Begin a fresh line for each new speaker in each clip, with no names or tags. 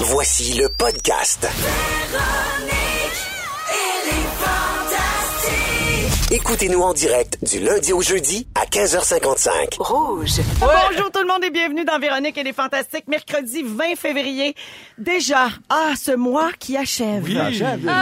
Voici le podcast. Écoutez-nous en direct du lundi au jeudi à 15h55.
Bonjour tout le monde et bienvenue dans Véronique et les Fantastiques, mercredi 20 février. Déjà, ah, ce mois qui achève. Ah.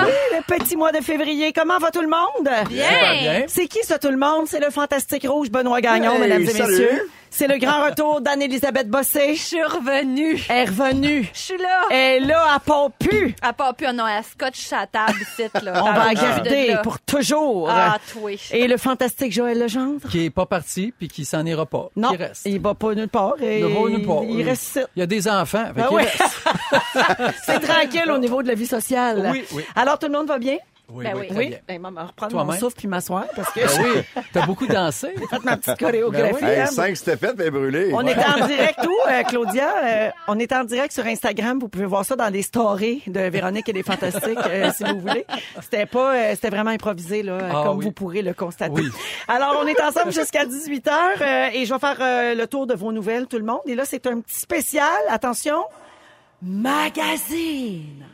Oui, le petit mois de février. Comment va tout le monde?
Bien.
C'est qui ça tout le monde? C'est le Fantastique Rouge Benoît Gagnon, mesdames et messieurs. C'est le grand retour d'Anne-Élisabeth Bossé.
Je suis revenue.
Elle est revenue.
Je suis là.
Elle est là à Pompu.
À pas pu, non, à scotch sa table ici, là.
On
Dans
va la
le sud,
garder
ah. là.
pour toujours.
Ah, toi.
Et le fantastique Joël Legendre?
qui est pas parti puis qui s'en ira pas.
Non,
Qui reste.
il va pas nulle part. et
Il va nulle part.
Il reste ici.
Il y a des enfants. fait
Ah
qu'il
ouais.
reste.
C'est tranquille au niveau de la vie sociale.
Oui, oui.
Alors, tout le monde va bien?
Oui,
Ben
oui,
oui.
très
Oui.
bien.
Ben, maman, reprendre
Toi-même?
mon souffle puis m'asseoir parce que
Ah
j'ai
oui, Ben t'as beaucoup dansé.
fait ma petite chorégraphie.
Hey,
hein.
cinq, c'était fait, mais brûlé.
On est en direct où, euh, Claudia? Euh, on est en direct sur Instagram. Vous pouvez voir ça dans les stories de Véronique et les Fantastiques, euh, si vous voulez. C'était pas, euh, c'était vraiment improvisé, là,
Ah
comme
oui.
vous pourrez le constater.
Oui.
Alors, on est ensemble jusqu'à 18 h et je vais faire euh, le tour de vos nouvelles, tout le monde. Et là, c'est un petit spécial. Attention. Magazine.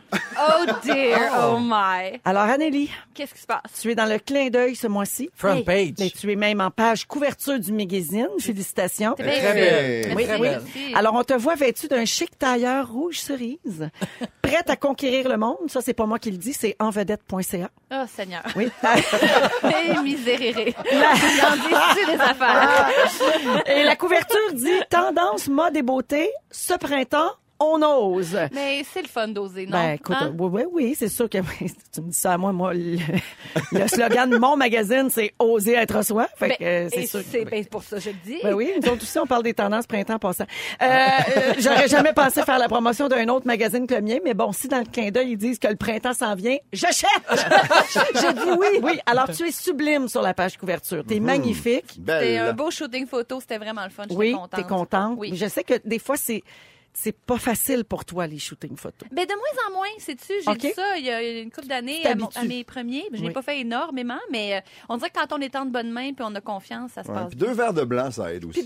Oh dear, oh my.
Alors, Annélie,
Qu'est-ce qui se passe?
tu es dans le clin d'œil ce mois-ci.
Front
Hey.
page.
Mais tu es même en page couverture du magazine. Félicitations.
T'es bien
Eh, Très
belle.
bien.
Oui,
Merci,
oui.
merci.
Alors, on te voit vêtu d'un chic tailleur rouge cerise, prête à conquérir le monde. Ça, c'est pas moi qui le dis, c'est envedette.ca.
Oh Seigneur.
Oui.
Et miséréré. J'en dis-tu des
Ah.
affaires?
et la couverture dit tendance, mode et beauté. Ce printemps, on ose.
Mais c'est le fun d'oser, non?
Ben, écoute,
Hein?
oui, oui, oui, c'est sûr que oui, si tu me dis ça à moi, moi, le, le slogan de mon magazine, c'est oser être soi. Fait
Ben,
que euh, c'est
et
sûr. que-
c'est ben, pour ça que je le dis.
Ben oui, nous autres aussi, on parle des tendances printemps passant. Euh, euh, J'aurais jamais pensé faire la promotion d'un autre magazine que le mien, mais bon, si dans le clin d'œil, ils disent que le printemps s'en vient, j'achète! J'ai dit oui! Oui, alors tu es sublime sur la page couverture. T'es magnifique.
C'était un
Belle.
beau shooting photo, c'était vraiment le fun. J'étais
Oui,
contente.
t'es contente.
Oui.
Je sais que des fois, c'est c'est pas facile pour toi, les shootings photos.
Ben de moins en moins, sais-tu, j'ai
Ok.
dit ça il y a une couple d'années
Tu
à, mon-
t'habitues.
à mes premiers, puis je l'ai
Oui.
pas fait énormément, mais euh, on dirait que quand on est en de bonne main puis on a confiance, ça se
Ouais,
passe
Puis deux verres de blanc, ça aide aussi.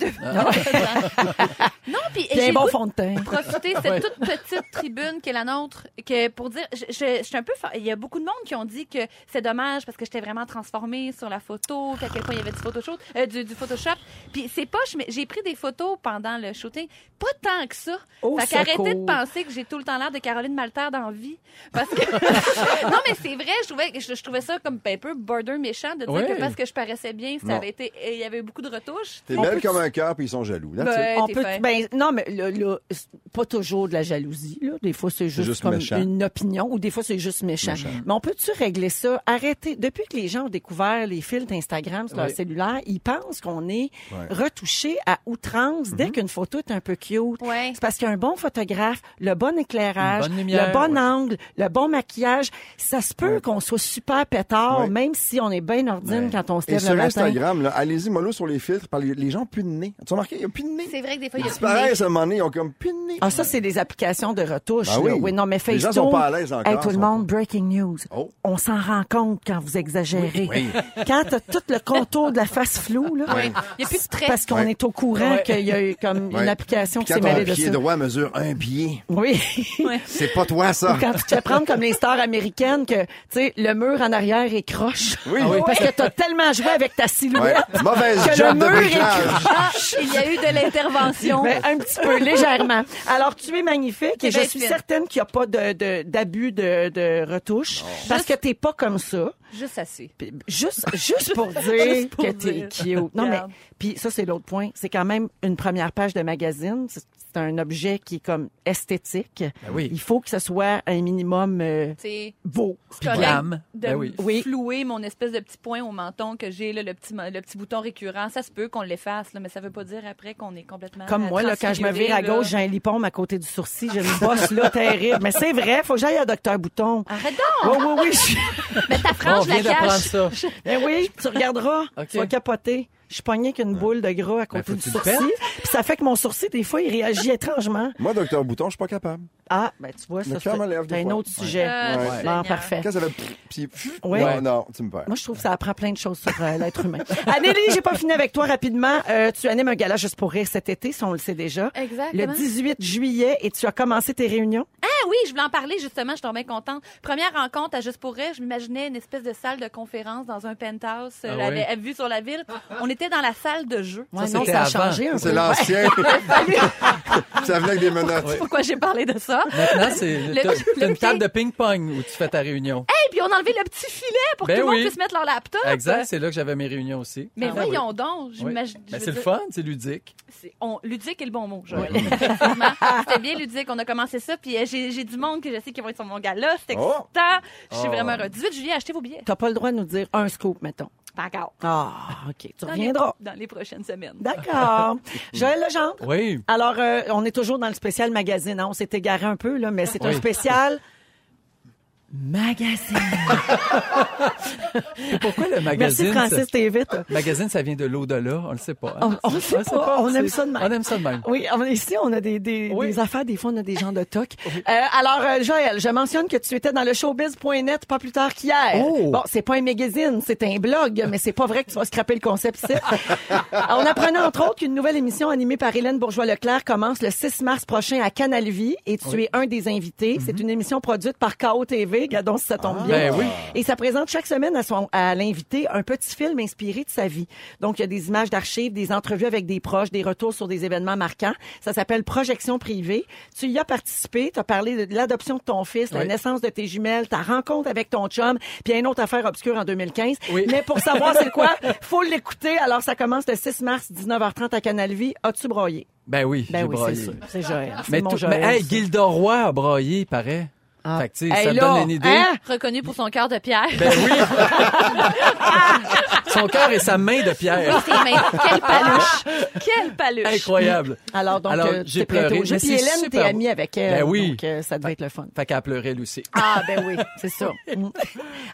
Non, puis et
Puis
j'ai
un
le
bon
goût
fond de teint.
de profiter de cette toute petite tribune qui est la nôtre, que pour dire, je, je- je suis un peu, fa- il y a beaucoup de monde qui ont dit que c'est dommage parce que j'étais vraiment transformée sur la photo, qu'à quel point il y avait du Photoshop, euh, du, du Photoshop. Puis c'est poche, mais j'ai pris des photos pendant le shooting, pas tant que ça.
Au
fait qu'arrêtez de
secours.
penser que j'ai tout le temps l'air de Caroline Malter dans la vie, parce que non, mais c'est vrai, je trouvais, je, je trouvais ça comme un peu border méchant de dire
Ouais.
que parce que je paraissais bien, ça
Non.
avait été, il y avait eu beaucoup de retouches.
T'es
On
belle
peut-
comme un cœur, puis ils sont jaloux. That's it.
Ben,
On
t'es
peut,
fin.
ben, non, mais là, là, c'est pas toujours de la jalousie. Là. Des fois, c'est juste,
juste
comme
méchant.
une opinion ou des fois, c'est juste méchant. Mais on peut-tu régler ça? Arrêter. Depuis que les gens ont découvert les filtres Instagram sur leur
Oui.
cellulaire, ils pensent qu'on est
Ouais. Mhm.
retouché à outrance dès qu'une photo est un peu cute.
Ouais.
C'est parce qu'un bon photographe, le bon éclairage,
Une bonne lumière,
le bon
ouais.
angle, le bon maquillage, ça se peut qu'on soit super pétard,
Ouais.
même si on est bien ordine
Ouais.
quand on se
Et
lève le
sur
matin.
Instagram, là, allez-y, mollo sur les filtres, parce que les gens ont plus de nez. Tu as remarqué, il n'y a plus de nez.
C'est vrai que des fois, il
Ils
y a plus de nez.
disparaissent à un moment donné, ils ont comme plus de nez.
Ah, ça, c'est des applications de retouche.
Ah
là.
oui.
non, mais
Les gens
Facebook.
sont pas à l'aise encore,
Hey, tout le
sont
monde, breaking news.
Oh.
On s'en rend compte quand vous exagérez. Quand t'as tout le contour de la face floue, là.
Ouais.
Il y a plus de
c'est
traits.
Parce qu'on est au courant qu'il y a eu comme
Ouais.
une application
Puis
qui
quand
s'est
ton
mêlée de
pied
ça.
droit mesure un pied,
Oui.
c'est pas toi, ça.
Quand tu te fais prendre comme les stars américaines que, tu sais, le mur en arrière est croche.
Oui. Ah oui.
Parce que t'as tellement joué avec ta
Ouais.
silhouette.
Mauvaise
Que le
job de
mur est
bricolage.
Ah, il y a eu de l'intervention.
Ben, un petit peu, légèrement. Alors, tu es magnifique et
T'es bien
je suis
fine.
certaine qu'il n'y a pas de- de- d'abus de, de, retouche parce que t'es pas comme ça.
Juste assez.
Puis, Juste, juste pour dire
Juste pour
que t'es
dire.
cute. Non, mais,
Regarde.
puis ça, c'est l'autre point. C'est quand même une première page de magazine. C'est c'est un objet qui est comme esthétique.
oui.
Il faut que ce soit un minimum euh,
C'est
beau.
Puis
correct
glam.
de
Ben oui.
Oui.
flouer mon espèce de petit point au menton que j'ai, là, le, petit, mo- le petit bouton récurrent. Ça se peut qu'on l'efface, là, mais ça veut pas dire après qu'on est complètement.
Comme
euh,
moi, là, quand je me vire à
transfiguré,
gauche, j'ai
là.
un lipome à côté du sourcil, j'ai une bosse là terrible. Mais c'est vrai, faut que j'aille à Docteur Bouton.
Arrête donc!
Oui, oui, oui. je-
Mais ta
Bon, on
frange,
vient
la
d'apprendre
cache.
ça.
Ben oui, tu regarderas.
Ok.
Tu vas capoter. Je suis pognée qu'une boule de
Ben,
gras à côté
faut
du
que tu le
sourcil. Puis ça fait que mon sourcil, des fois, il réagit étrangement.
Moi, docteur Bouton, je suis pas capable.
Ah, ben tu vois,
Le
ça, c'est
cœur me lève des
c'est un
fois.
autre
Ouais.
sujet.
Euh,
Ouais.
Bon,
Seigneur.
parfait.
Quand ça fait... pff, Puis... pff,
Ouais.
Non, non, tu me perds.
Moi, je trouve que ça apprend plein de choses sur euh, l'être humain. Anneli, j'ai pas fini avec toi rapidement. Euh, tu animes un gala juste pour rire cet été, si on le sait déjà.
Exactement.
Le 18 juillet, et tu as commencé tes réunions.
Ah oui, je voulais en parler justement, je suis donc bien contente. Première rencontre à Juste pour rire, je m'imaginais une espèce de salle de conférence dans un penthouse, euh,
Ah
la-
ouais.
la vue sur la ville. On était dans la salle de jeu.
Ouais,
Ça,
non,
c'était
ça a
avant.
changé un peu.
C'est l'ancien. ça venait avec des menottes.
Pourquoi j'ai parlé de ça?
Maintenant, c'est
Le-
t'as-
le
t'as une
pied.
table de ping-pong où tu fais ta réunion.
Eh,
Et puis on a enlevé le petit filet pour
Ben
que tout le
oui.
monde puisse mettre leur laptop.
oh,
Exact, c'est là que j'avais mes réunions aussi.
Mais
Ah oui.
voyons donc,
Oui.
j'imagine. je
Mais
veux
c'est le
dire,
fun, c'est ludique.
c'est- on- ludique est le bon mot, Joël. Effectivement, C'était bien ludique. On a commencé ça. Puis euh, j'ai j'ai du monde que je sais qui vont être sur mon gala. C'était
Oh!
excitant. Je suis vraiment heureuse. 18 juillet, achetez vos billets.
T'as pas le droit de nous dire un scoop, mettons.
Pas encore.
Ah, OK. Tu
Dans les-
reviendras.
Dans les prochaines semaines.
D'accord. Joël Legendre.
Oui.
Alors, euh, on est toujours dans le spécial magazine. hein. On s'est égaré un peu, là, mais c'est un
Oui.
spécial magazine.
Et pourquoi le
Merci,
magazine?
Francis,
ça-
t'es vite. hein.
Magazine, ça vient de l'au-delà, on le sait pas. hein?
On, on sait
le
pas, on aime
c'est-
ça de même.
On aime ça de même.
Oui, on- ici, on a des, des,
Oui.
des affaires. Des fois, on a des gens de toc. Euh, alors, euh, Joël, je mentionne que tu étais dans le showbiz.net pas plus tard qu'hier.
Oh!
Bon, c'est pas un magazine, c'est un blog, mais c'est pas vrai que tu vas scraper le concept ici. on apprenait, entre autres, qu'une nouvelle émission animée par Hélène Bourgeois-Leclerc commence le 6 mars prochain à Canal Vie et tu es un des invités. C'est une émission produite par KO TV. Regardons si ça tombe bien.
Mm-hmm. Ben oui.
Ah. Et ça présente chaque semaine à, son, à l'invité un petit film inspiré de sa vie. Donc, il y a des images d'archives, des entrevues avec des proches, des retours sur des événements marquants. Ça s'appelle Projection privée. Tu y as participé, tu as parlé de l'adoption de ton fils, la
Oui.
naissance de tes jumelles, ta rencontre avec ton chum, puis une autre affaire obscure en 2015.
Oui.
Mais pour savoir c'est quoi, faut l'écouter. Alors, ça commence le 6 mars, 19h30 à Canal Vie. As-tu broyé?
Ben oui,
Ben
j'ai
oui,
braillé.
c'est sûr. C'est Joël. C'est
Mais,
mon
tout-
Joël,
mais hey,
ça. Ah.
Gilderoy a braillé, il paraît. Fait que, tu sais,
Hey,
ça me
là,
donne une idée.
hein?
Reconnu pour son cœur de pierre.
Ben oui. Son cœur et sa main de pierre.
Ses mains. Quelle paluche. Quelle paluche.
Incroyable.
Alors, donc,
Alors,
euh,
j'ai
t'es prêté
pleuré,
au jeu.
mais
Puis
c'est
Hélène, t'es
super
amie
beau.
avec elle.
Ben oui.
Donc, euh, ça devait être le fun.
Fait qu'elle pleurait, elle aussi.
Ah, ben oui, c'est ça. Mm.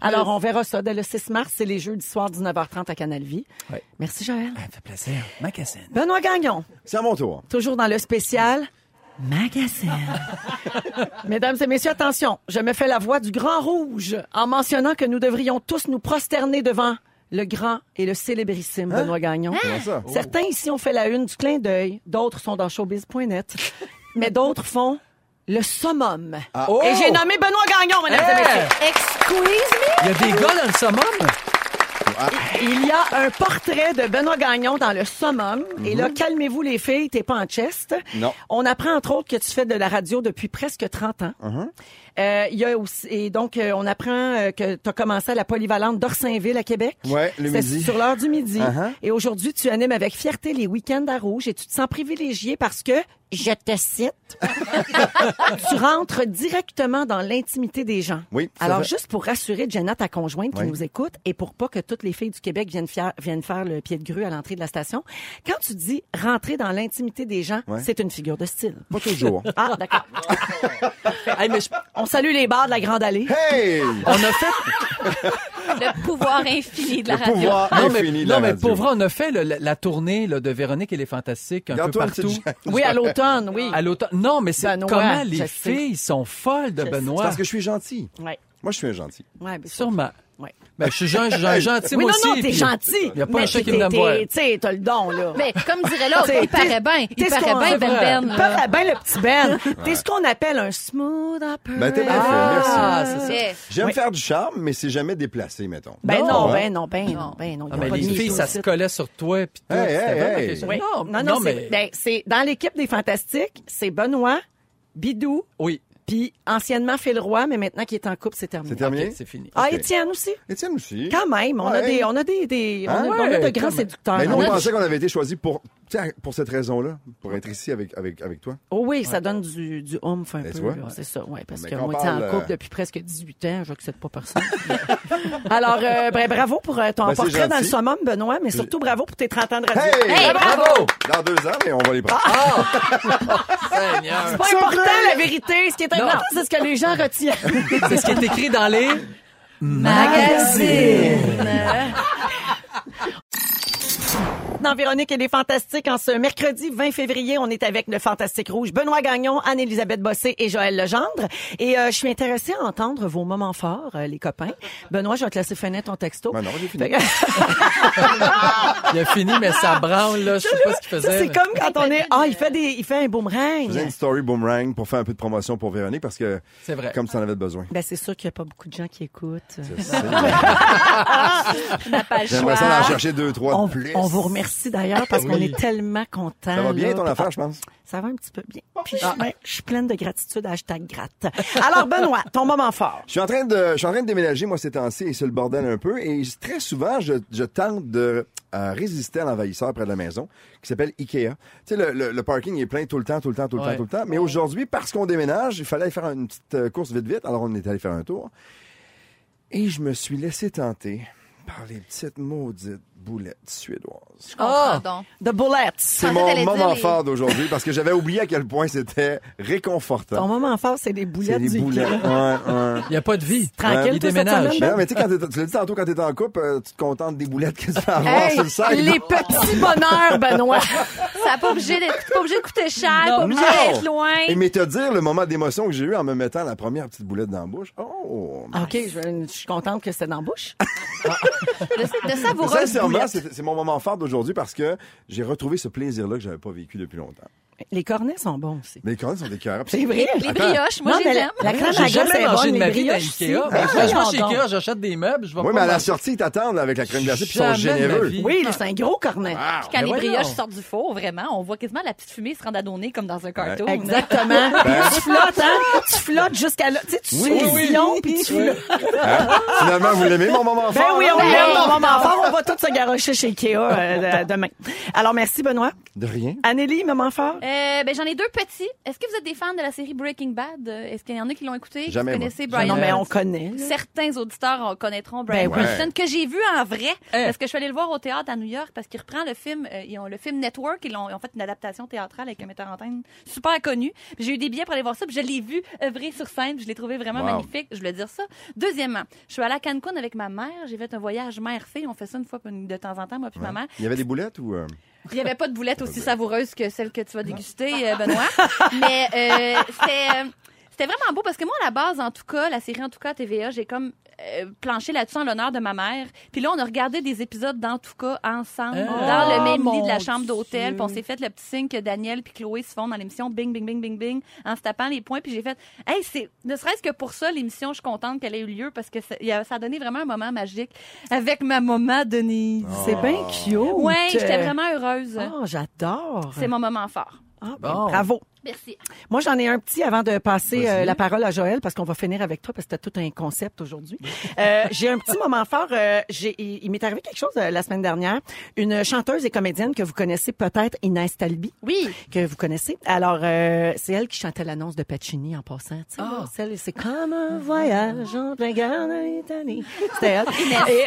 Alors, on verra ça dès le 6 mars. C'est les jeux du soir, 19h30 à Canal Vie.
Ouais.
Merci, Joël.
Ça fait plaisir. Magazine.
Benoît Gagnon,
C'est à mon tour.
toujours dans le spécial Magazine. Mesdames et messieurs, attention, je me fais la voix du Grand Rouge en mentionnant que nous devrions tous nous prosterner devant le grand et le célébrissime
Hein?
Benoît Gagnon.
Comment ça?
Oh.
Certains ici ont fait la une du clin d'œil, d'autres sont dans showbiz.net, mais d'autres font le summum.
Oh!
Et j'ai nommé Benoît Gagnon, mesdames et
Hey!
messieurs. Excuse me?
Il y a des gars dans le summum.
Il y a un portrait de Benoît Gagnon dans le summum. Et là, calmez-vous les filles, t'es pas en chest.
Mhm. Non.
On apprend entre autres que tu fais de la radio depuis presque 30 ans.
Mhm.
Euh, Il y a aussi, et donc, euh, on apprend euh, que tu as commencé à la polyvalente d'Orsainville à Québec.
Ouais, le
C'était
midi.
sur l'heure du midi.
Uh-huh.
Et aujourd'hui, tu animes avec fierté les week-ends à Rouge et tu te sens privilégié parce que, je te cite, tu rentres directement dans l'intimité des gens.
Oui, tout à
Alors,
fait.
juste pour rassurer Jenna, ta conjointe qui
Oui.
nous écoute, et pour pas que toutes les filles du Québec viennent, fier- viennent faire le pied de grue à l'entrée de la station, quand tu dis rentrer dans l'intimité des gens,
Ouais.
c'est une figure de style.
Pas toujours.
Ah, d'accord. Hey, mais je- On salue les bars de la Grande Allée.
Hey!
On a fait
Le pouvoir infini de la
Le
radio.
pouvoir
Ah,
non, mais,
infini de
non,
la
mais
radio.
pour vrai, on a fait le- la, la tournée là, de Véronique et les Fantastiques un peu
Garde-toi une
partout.
petite gêne.
Oui, à l'automne, oui.
À l'automne. Non, mais c'est
Benoît,
comment
je
les
sais.
filles sont folles de
Je sais.
C'est
Benoît.
parce que je suis gentil.
Ouais.
Moi, je suis un gentil.
Ouais, ben,
Sûrement.
Ouais.
Ben, je suis gen- je suis un gentil,
Oui,
moi
non,
aussi.
non, t'es
puis-
gentil.
Il n'y a pas
Mais
un chat qui
t'es-
me donne
t'es-
boire.
Tu sais, t'as le don, là.
Mais comme dirait l'autre, il paraît bien. Il
T'es ce qu'on- c'est
paraît bien, Ben
vrai.
Ben.
Il
là.
paraît bien, le petit Ben. T'es ce qu'on appelle un smooth operator.
Ben, t'es bien fait,
Ah,
merci.
c'est ça.
Yeah.
J'aime faire du charme, mais c'est jamais déplacé, mettons.
Ben
Non,
non,
hein?
ben non, ben non, ben non. il y a
Ah, mais
pas de
les
mise
filles,
au
ça
site.
se collait sur toi. Puis tout.
Hey,
C'était
hey,
vraiment
hey.
quelque chose.
Oui.
Non,
non, non,
non,
c'est,
mais
ben, c'est dans l'équipe des Fantastiques, c'est Benoît, Bidou,
oui,
puis anciennement Phil Roy, mais maintenant qui est en couple, c'est terminé.
C'est terminé?
Ok, c'est fini.
Ah,
Ok.
Étienne aussi.
Ben, Étienne aussi.
Quand même, on a
Ouais.
des, on a des, des- on a-
Hein?
on a
Ouais,
de
quand
grands
même.
séducteurs.
Mais Ben, nous,
On
on
a-
pensait qu'on avait été choisi pour, tu sais, pour cette raison-là, pour être ici avec, avec, avec toi.
Oh oui, ça donne du, du oomph un
Ben, tu
peu.
vois.
là, C'est ça, ouais, parce
Mais
que
quand
moi,
on
t'es en
parle,
couple
euh,
depuis presque 18 ans, j'accepte pas personne. Alors, euh, ben, bravo pour euh, ton
Ben, c'est
portrait dans le
gentil.
summum, Benoît, mais surtout bravo pour tes 30 ans de radio.
Hey!
Hey, bravo!
Dans deux ans, mais on va les prendre.
C'est pas important, la vérité. Ce qui est important, c'est ce que les gens retiennent.
C'est ce qui est écrit dans les.
Magazine.
maintenant Véronique et les Fantastiques en ce mercredi 20 février. On est avec le Fantastique Rouge, Benoît Gagnon, Anne-Élisabeth Bossé et Joël Legendre. Et euh, je suis intéressée à entendre vos moments forts, euh, les copains. Benoît, je vais te laisser finir ton texto.
Ben non, j'ai fini.
Fait que-
Il a fini, mais ça branle, là. Je sais pas ce qu'il faisait.
C'est
mais-
comme quand on est... Ah, il fait, des... il fait un boomerang.
Je faisais une story boomerang pour faire un peu de promotion pour Véronique parce que
C'est vrai.
comme tu en avais besoin.
Ben, c'est sûr qu'il n'y a pas beaucoup de gens qui écoutent.
Je sais.
n'a pas le
J'aimerais ça en
choix.
chercher deux, trois
On,
de plus.
on vous remercie d'ailleurs parce qu'on est tellement contents.
Ça va bien
là.
ton affaire, je pense.
Ça va un petit peu bien. Puis je, ben, je suis pleine de gratitude, hashtag gratte. Alors Benoît, ton moment fort.
Je suis en train de, je suis en train de déménager, moi, ces temps-ci, et c'est le bordel un peu. Et très souvent, je, je tente de euh, résister à l'envahisseur près de la maison, qui s'appelle Ikea. Tu sais, le, le- le parking est plein tout le temps, tout le temps, tout le
Ouais.
temps, tout le temps. Mais aujourd'hui, parce qu'on déménage, il fallait faire une petite euh, course vite, vite. Alors, on est allé faire un tour. Et je me suis laissé tenter par les petites maudites boulettes suédoises.
Comprends donc.
The Bullets.
C'est
pensais
mon
t'allais dire
moment
les-
fort d'aujourd'hui parce que j'avais oublié à quel point c'était
Ton
réconfortant.
moment fort, c'est les
C'est
boulettes
des
du
boulettes.
Ikea.
Ouais, ouais.
Il n'y a pas de vie.
Tranquille,
il
toi, cette
déménage.
semaine,
Mais Ben non, mais tu sais, quand t'es- tu l'as dit tantôt, quand t'es en couple, euh, tu te contentes des boulettes que tu vas avoir
Hey,
sur Oh, le side.
les petits bonheurs, Benoît.
Ça n'a pas obligé d'être- pas obligé de coûter cher, pas obligé
Non.
d'être loin.
Et mais te dire le moment d'émotion que j'ai eu en me mettant la première petite boulette dans la bouche. Oh!
Ah,
OK, je, je suis contente que c'était dans la bouche.
De, de
Mais
savoureuse
Sincèrement,
boulette.
c'est c'est mon moment fort d'aujourd'hui parce que j'ai retrouvé ce plaisir-là que j'avais pas vécu depuis longtemps.
Les cornets sont bons aussi.
Mais quand même, sont des cœurs.
C'est vrai.
Les brioches, moi, j'ai
la,
l'aime.
la crème à
J'ai
la glace
jamais
est
mangé
bonne,
de ma
les
vie dans
brioches aussi.
Ikea.
Ben,
Ben, Je vais chez
voyons
Ikea,
donc.
j'achète des meubles, je vais
Oui,
pas
mais à la
manger.
sortie, ils t'attendent avec la crème glacée puis ils sont
Jamais de ma
généreux.
vie.
Oui, c'est un gros cornet.
Wow.
Quand
Mais
les
voyons.
brioches sortent du four, vraiment, on voit quasiment la petite fumée se rendre à donner comme dans un cartoon.
Exactement. Puis tu flottes, hein? Tu flottes jusqu'à là. Tu sais, tu
Oui,
suis le
oui.
sillon, puis tu flottes.
Hein? Finalement, vous l'aimez, mon
Ben
moment fort?
oui,
là?
on l'aime, ton moment fort. On va tous se garocher chez Ikea euh, de- demain. Alors, merci, Benoît.
De rien.
Anélie, moment fort.
Euh, ben, j'en ai deux petits. Est-ce que vous êtes des fans de la série Breaking Bad? Euh, Est-ce qu'il y en a qui l'ont écouté?
Jamais,
Vous
moi.
connaissez Brian
Ah, non, mais on
Cranston?
connaît. là.
Certains auditeurs en connaîtront Brian
Ben oui. Euh.
Cranston, que j'ai vu en vrai,
Hein?
parce que je suis allée le voir au théâtre à New York, parce qu'il reprend le film, euh, ils ont le film Network, ils ont, ils ont fait une adaptation théâtrale avec un metteur en scène super connu. Puis J'ai eu des billets pour aller voir ça, puis je l'ai vu œuvrer sur scène, puis je l'ai trouvé vraiment
Wow.
magnifique, je voulais dire ça. Deuxièmement, je suis allée à Cancun avec ma mère, j'ai fait un voyage mère-fille, on fait ça une fois de temps en temps, moi puis ma mère.
Il y avait des boulettes ou... euh,
Il n'y avait pas de boulettes aussi
ben.
savoureuses que celles que tu vas déguster, euh, Benoît. Mais euh, c'était, euh, c'était vraiment beau parce que moi, à la base, en tout cas, la série en tout cas TVA, j'ai comme euh, planché là-dessus en l'honneur de ma mère. Puis là, on a regardé des épisodes d'en tout cas ensemble
Oh,
dans le même lit
Ah, mon
de la chambre d'hôtel.
Dieu.
Puis on s'est fait le petit signe que Daniel puis Chloé se font dans l'émission Bing, Bing, Bing, Bing, Bing en se tapant les points. Puis j'ai fait, hey, c'est, ne serait-ce que pour ça, l'émission, je suis contente qu'elle ait eu lieu parce que ça, il y a- ça a donné vraiment un moment magique avec ma maman Denise.
C'est
Ah.
bien cute.
Ouais, j'étais vraiment heureuse.
Oh, j'adore.
C'est mon moment fort.
Ah, ben,
Bon.
Bravo.
Merci.
Moi, j'en ai un petit avant de passer
Vas-y.
euh, la parole à Joël parce qu'on va finir avec toi parce que t'as tout un concept aujourd'hui. Euh, j'ai un petit moment fort. euh, j'ai, il, il m'est arrivé quelque chose euh, la semaine dernière. Une chanteuse et comédienne que vous connaissez peut-être, Inès Talbi.
Oui.
que vous connaissez. Alors, euh, c'est elle qui chantait l'annonce de Pacini en passant. Tu sais,
Ah.
là, celle, c'est comme un voyage en plein garde d'Italie. C'était elle. Et,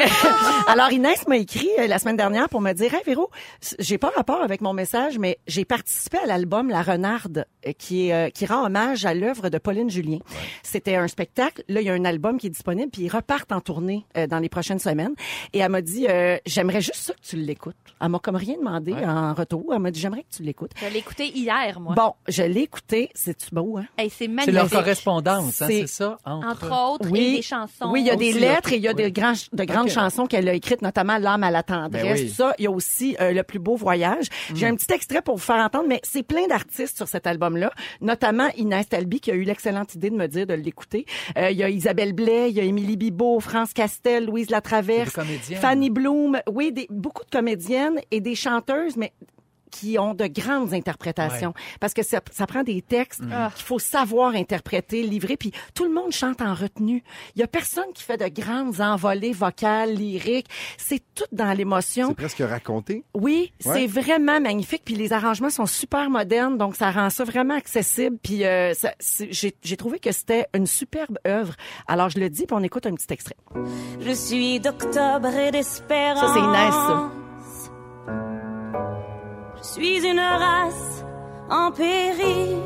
alors, Inès m'a écrit euh, la semaine dernière pour me dire, hey Véro, c- j'ai pas rapport avec mon message, mais j'ai participé à l'album La Renarde euh, qui, est, euh, qui rend hommage à l'œuvre de Pauline Julien. C'était un spectacle. Là, il y a un album qui est disponible, puis ils repartent en tournée euh, dans les prochaines semaines. Et elle m'a dit, euh, j'aimerais juste ça que tu l'écoutes. Elle m'a comme rien demandé en retour. Elle m'a dit, j'aimerais que tu l'écoutes.
Je l'ai écouté hier, moi.
Bon, je l'ai écouté. C'est-tu beau, hein?
Hey, c'est
C'est
magnifique.
leur correspondance, hein,
C'est-
c'est ça? Entre,
Entre autres,
Oui.
et des chansons.
Oui, il y a
aussi,
des
là.
lettres et il y a
Oui.
des, grands, de grandes
Ok.
chansons qu'elle a écrites, notamment L'âme à la tendresse.
Ben oui. Mm.
tout ça, il y a aussi euh, Le plus beau voyage. J'ai un petit extrait pour vous faire entendre, mais c'est plein d'artistes sur cet album-là, notamment Inès Talbi qui a eu l'excellente idée de me dire de l'écouter. Euh, Il y a Isabelle Blais, il y a Émilie Bibeau, France Castel, Louise Latraverse,
Des comédiennes.
Fanny Bloom. Oui, des, beaucoup de comédiennes et des chanteuses, mais qui ont de grandes interprétations. Parce que ça, ça prend des textes qu'il faut savoir interpréter, livrer, puis tout le monde chante en retenue. Il y a personne qui fait de grandes envolées vocales, lyriques. C'est tout dans l'émotion.
C'est presque raconté.
Oui, c'est
Ouais.
vraiment magnifique. Puis les arrangements sont super modernes, donc ça rend ça vraiment accessible. Puis euh, ça- c'est- j'ai j'ai trouvé que c'était une superbe œuvre. Alors je le dis, puis on écoute un petit extrait.
Je suis d'octobre et d'espérance.
Ça, c'est Inès, ça.
Je suis une race en péril.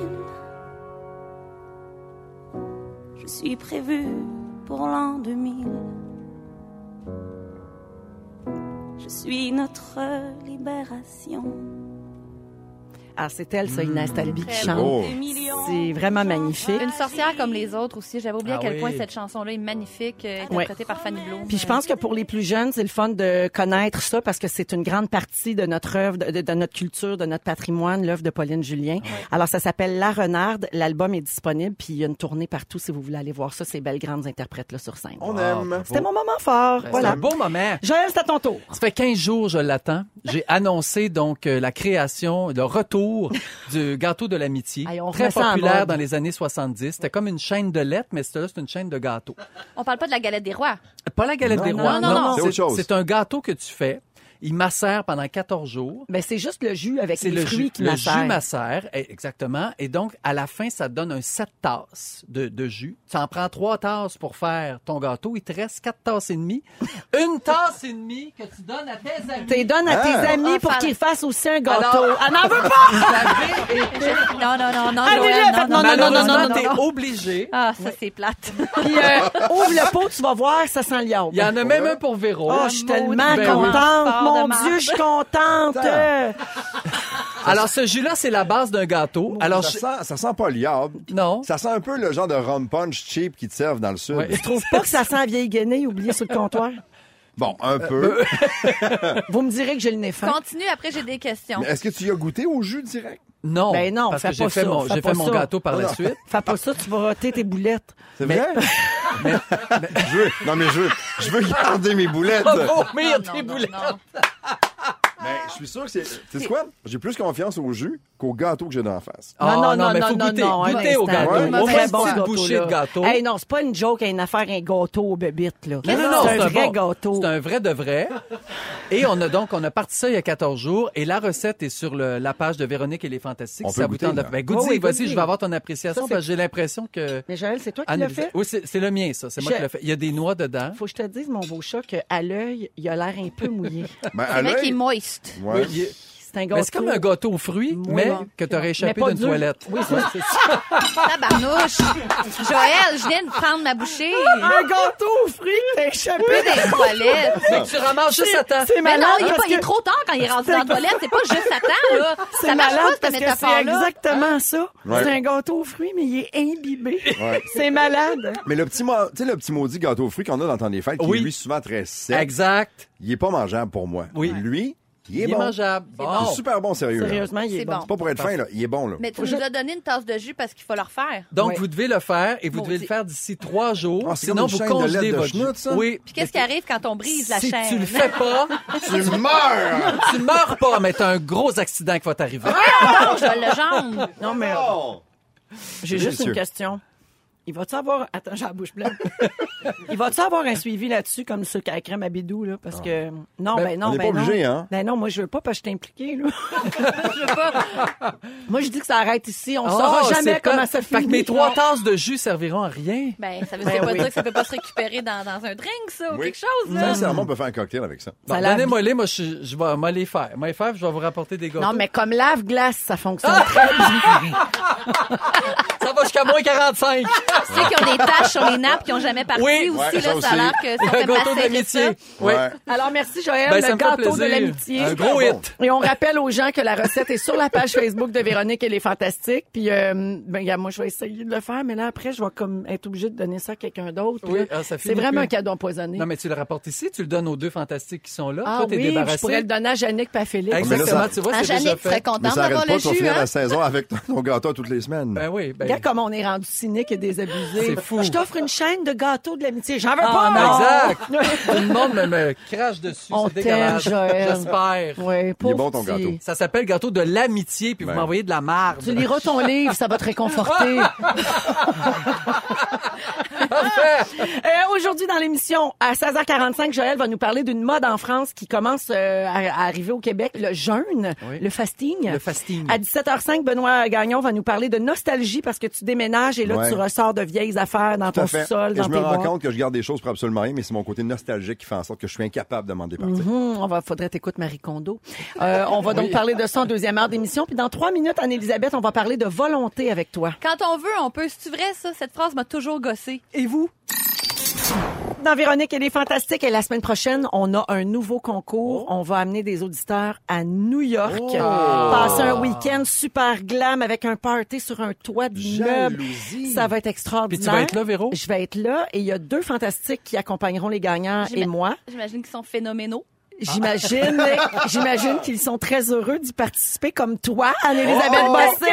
Je suis prévue pour l'an 2000. Je suis notre libération.
Ah, c'est elle, ça, Inès Talbi qui
Très
chante.
beau. Oh.
Des millions
C'est vraiment
de gens
magnifique.
Une sorcière comme les autres aussi. J'avais oublié
Ah
à quel
oui.
point cette chanson-là est magnifique, euh, interprétée par Fanny Bloom.
Puis je pense que pour les plus jeunes, c'est le fun de connaître ça parce que c'est une grande partie de notre œuvre, de, de- de notre culture, de notre patrimoine, l'œuvre de Pauline Julien. Alors ça s'appelle La Renarde. L'album est disponible, puis il y a une tournée partout si vous voulez aller voir ça. Ces belles grandes interprètes là sur scène.
On
Ah,
aime.
C'était mon moment fort.
Ben, C'est
voilà.
un beau moment.
Joël, c'est à ton tour.
Ça fait 15 jours, je l'attends. J'ai annoncé donc euh, la création, le retour du gâteau de l'amitié,
Aïe, on
très
remet ça en
populaire
mode.
dans les années 70. C'était comme une chaîne de lettres, mais c'était là, c'est une chaîne de gâteaux.
On parle pas de la galette des rois.
Ah,
Pas la galette
Non,
des
non,
rois,
non, non, non.
C'est autre chose.
C'est un gâteau que tu fais. Il macère pendant 14 jours.
Ben c'est juste le jus avec
C'est
les
le
fruits
jus,
qui
le
macèrent.
jus macère, eh, exactement. Et donc, à la fin, ça donne un 7 tasses de, de jus. Tu en prends trois tasses pour faire ton gâteau. Il te reste quatre tasses et demie. Une tasse et demie que tu donnes à tes amis.
T'es donne à tes
Ah.
amis pour
Enfin.
qu'ils fassent aussi un gâteau.
Alors-
Elle n'en veut pas!
Vous avez été-
Non, non, non, non,
Allez,
Joël,
là, faites- Ah, non, non, non, non, non,
Malheureusement,
non,
t'es
non.
obligé.
Ah, ça, c'est plate.
Puis euh, ouvre le pot, tu vas voir, ça sent l'iode.
Il y en a même un pour Véro. Ben
Oh, je suis
Maudit
tellement
Véro.
oui.
contente.
Fort
Mon
de
Dieu, je suis contente.
Attends.
Alors, ce jus-là, c'est la base d'un gâteau. Alors, je-
ça, sent, ça sent pas liable.
non.
Ça sent un peu le genre de rum punch cheap qui te servent dans le sud.
Ouais.
Je trouve pas que ça sent la vieille guenille oubliée sur le comptoir.
Bon, un
Euh,
peu.
Vous me direz que j'ai le nez fin.
Continue, après, j'ai des questions.
Mais Est-ce que tu y as goûté au jus direct?
Non.
Ben non,
parce
fais
que j'ai
pas
fait
ça,
mon,
fais
j'ai
pas
fait mon
ça.
gâteau par la suite.
Fais pas ça, tu vas rater tes boulettes.
C'est vrai? Je veux, non, mais je veux, je veux garder mes boulettes.
Oh,
Non,
merde,
non,
des
non,
boulettes.
non.
Mais je suis sûr que c'est. Tu sais quoi? J'ai plus confiance au jus qu'au gâteau que j'ai dans la face.
Ah,
non, non, non,
mais
non,
faut
non,
goûter,
non, un
goûter au
instant.
gâteau.
Ouais.
Un
Au moins,
très
une
bon
petite
gâteau,
bouchée
là.
de gâteau.
Hey, non, c'est pas une joke, une affaire, un gâteau au bébite, là.
Non, non, non,
c'est un vrai
bon-
gâteau.
C'est un vrai de vrai. Et on a donc, on a parti ça il y a 14 jours et la recette est sur le- la page de Véronique et les Fantastiques.
On
Ça
peut
vous
goûter,
tente de-
là.
Ben, goûte-y,
Oh Oui, oui,
vas-y,
goûte-y.
je vais avoir ton appréciation
Ça, c'est-
parce que j'ai l'impression que...
Mais Joël, c'est toi qui l'as
Anne-Elisabeth-
fait?
Oui, c'est c'est le mien, ça. C'est moi
Je-
qui l'ai fait. Il y a des noix dedans.
Faut que je te dise, mon beau chat, qu'à l'œil, il a l'air un peu mouillé.
Ben, à
Ah,
Le mec
l'œil-
est moist.
Ouais.
Oui, il est-
C'est un gâteau.
Mais c'est comme un gâteau aux fruits,
Oui,
mais
bon.
que t'aurais
Mais
échappé
pas
d'une
dur.
toilette.
Oui, ça, c'est ça. Ah.
Tabarnouche. Joël, je viens de prendre ma bouchée.
un gâteau aux fruits que t'as échappé.
Peu des toilettes.
Mais tu ramasses juste à temps.
C'est
Mais
malade
non, il est, pas,
parce
il est
que-
trop tard quand il est rendu dans la toilette. C'est pas juste à temps, là.
C'est
Ça marche
malade
pas, cette
parce que c'est
métaphore-là. Hein?
exactement ça.
Ouais.
C'est un gâteau aux fruits, mais il est imbibé.
Ouais.
C'est malade.
Mais le petit, ma- tu sais, le petit maudit gâteau aux fruits qu'on a dans le temps des fêtes, qui
Oui.
est lui souvent très sec,
Exact.
il est pas mangeable pour moi.
Oui.
Lui, il est
Il est
bon.
mangeable.
Il est
Bon.
super bon, sérieux. là.
Sérieusement, il est
C'est
bon.
bon.
C'est pas pour être fin, là. Il est bon, là.
Mais tu nous as donné une tasse de jus parce qu'il faut le refaire.
Donc,
Ouais.
vous devez le faire et vous
Maudit.
devez le faire d'ici trois jours.
Ah, c'est
sinon,
comme une
vous
chaîne de lettres
congelez
de
votre
chenoute,
jus.
ça?
Oui.
Puis qu'est-ce qui arrive quand on brise la
si
chaîne?
tu le fais pas,
Tu meurs!
tu meurs pas, mais t'as un gros accident qui va t'arriver.
Ah,
Non, je le jambe.
Non, mais
Non!
j'ai juste
Délicieux.
une question. Il va-tu avoir. Attends, j'ai la bouche pleine. Il va-tu avoir un suivi là-dessus, comme ce à la crème à bidou, là? Parce que. Non, ben,
Ben,
non,
Ah. on
ben
est pas
non.
obligé, hein?
Ben non, moi, je veux pas parce que je suis impliquée, là.
Je veux pas.
moi, je dis que ça arrête ici. On
Oh,
saura jamais
c'est pas-
comment ça
Fait
finit.
que mes trois tasses de jus serviront à rien.
Ben, ça veut ça veut pas
oui.
dire que ça peut pas se récupérer dans, dans un drink, ça, ou
Oui.
quelque chose, là.
Sincèrement, on peut faire un cocktail avec ça.
Bon,
Ça lave-
Donnez-moi les, moi, je, je vais moi les faire. Moi les faire, je vais vous rapporter des gâteaux.
Non, mais comme lave-glace, ça fonctionne très bien.
Ça va jusqu'à moins 45.
Tu sais qu'ils ont des taches sur les nappes qui ont jamais parti
Oui.
aussi,
Ouais,
là.
ça
Ça, a l'air
aussi.
que ça
Le
fait
gâteau
macérer
d'amitié.
ça.
Oui.
Ouais.
Alors, merci Joël,
Ben, ça
le
me fait
gâteau de
plaisir.
l'amitié.
Un gros
Bon.
hit.
Et on rappelle aux gens que la recette est sur la page Facebook de Véronique et les Fantastiques. Puis, euh, ben, regarde, moi, je vais essayer de le faire, mais là, après, je vais comme être obligée de donner ça à quelqu'un d'autre.
Oui,
là.
ah, ça
C'est
finit
vraiment
plus.
un cadeau empoisonné.
Non, mais tu le rapportes ici, tu le donnes aux deux fantastiques qui sont là.
ah
Toi, t'es
oui, je
débarrassé.
pourrais le donner à Jannick et à Philippe.
Mais là,
Exactement,
ça-
tu vois,
Ah,
c'est déjà
Jannick
fait.
serait contente
Mais ça
d'avoir
arrête pas
le
de
jus,
finir
hein.
la saison avec ton- ton gâteau toutes les semaines.
Ben oui, ben.
Regarde comme on est rendu cynique et désabusé.
C'est fou.
Je t'offre une chaîne de gâteaux de l'amitié. J'en veux
Ah,
pas!
mais exact. Tout le monde me, me crache dessus.
On
c'est dégueulasse.
t'aime, Joël.
J'espère.
Oui,
Il est bon, ton gâteau.
Ça s'appelle gâteau de l'amitié, puis
Ben.
vous m'envoyez de la marde.
Tu liras ton livre, ça va te réconforter. Euh, Aujourd'hui, dans l'émission, à 16h45, Joël va nous parler d'une mode en France qui commence euh, à, à arriver au Québec, le jeûne,
Oui.
le fasting.
Le fasting.
À 17h05, Benoît Gagnon va nous parler de nostalgie parce que tu déménages et là,
Ouais.
tu ressors de vieilles affaires dans
Tout à
ton
fait.
sous-sol,
Et
dans
je
tes
me rends
boîtes.
compte que je garde des choses pour absolument rien, mais c'est mon côté nostalgique qui fait en sorte que je suis incapable de m'en départir.
Hum, on va, faudrait t'écouter Marie Kondo. Euh, on va donc parler de ça en deuxième heure d'émission. Puis dans trois minutes, Anne-Elisabeth, on va parler de volonté avec toi.
Quand on veut, on peut. C'est vrai, ça? Cette phrase m'a toujours gossé.
Et vous? suite dans Véronique, elle est fantastique. Et la semaine prochaine, on a un nouveau concours.
Oh.
On va amener des auditeurs à New York. Passer un week-end super glam avec un party sur un toit d'immeuble.
Jalousie.
Ça va être extraordinaire.
Puis tu vas être là, oh. Véro?
Je vais être là. Et il y a deux fantastiques qui accompagneront les gagnants et
J'ima-
moi.
Ah.
J'imagine qu'ils sont phénoménaux.
J'imagine, j'imagine qu'ils sont très heureux d'y participer comme toi, Anne-Elisabeth
Oh!
Bossé,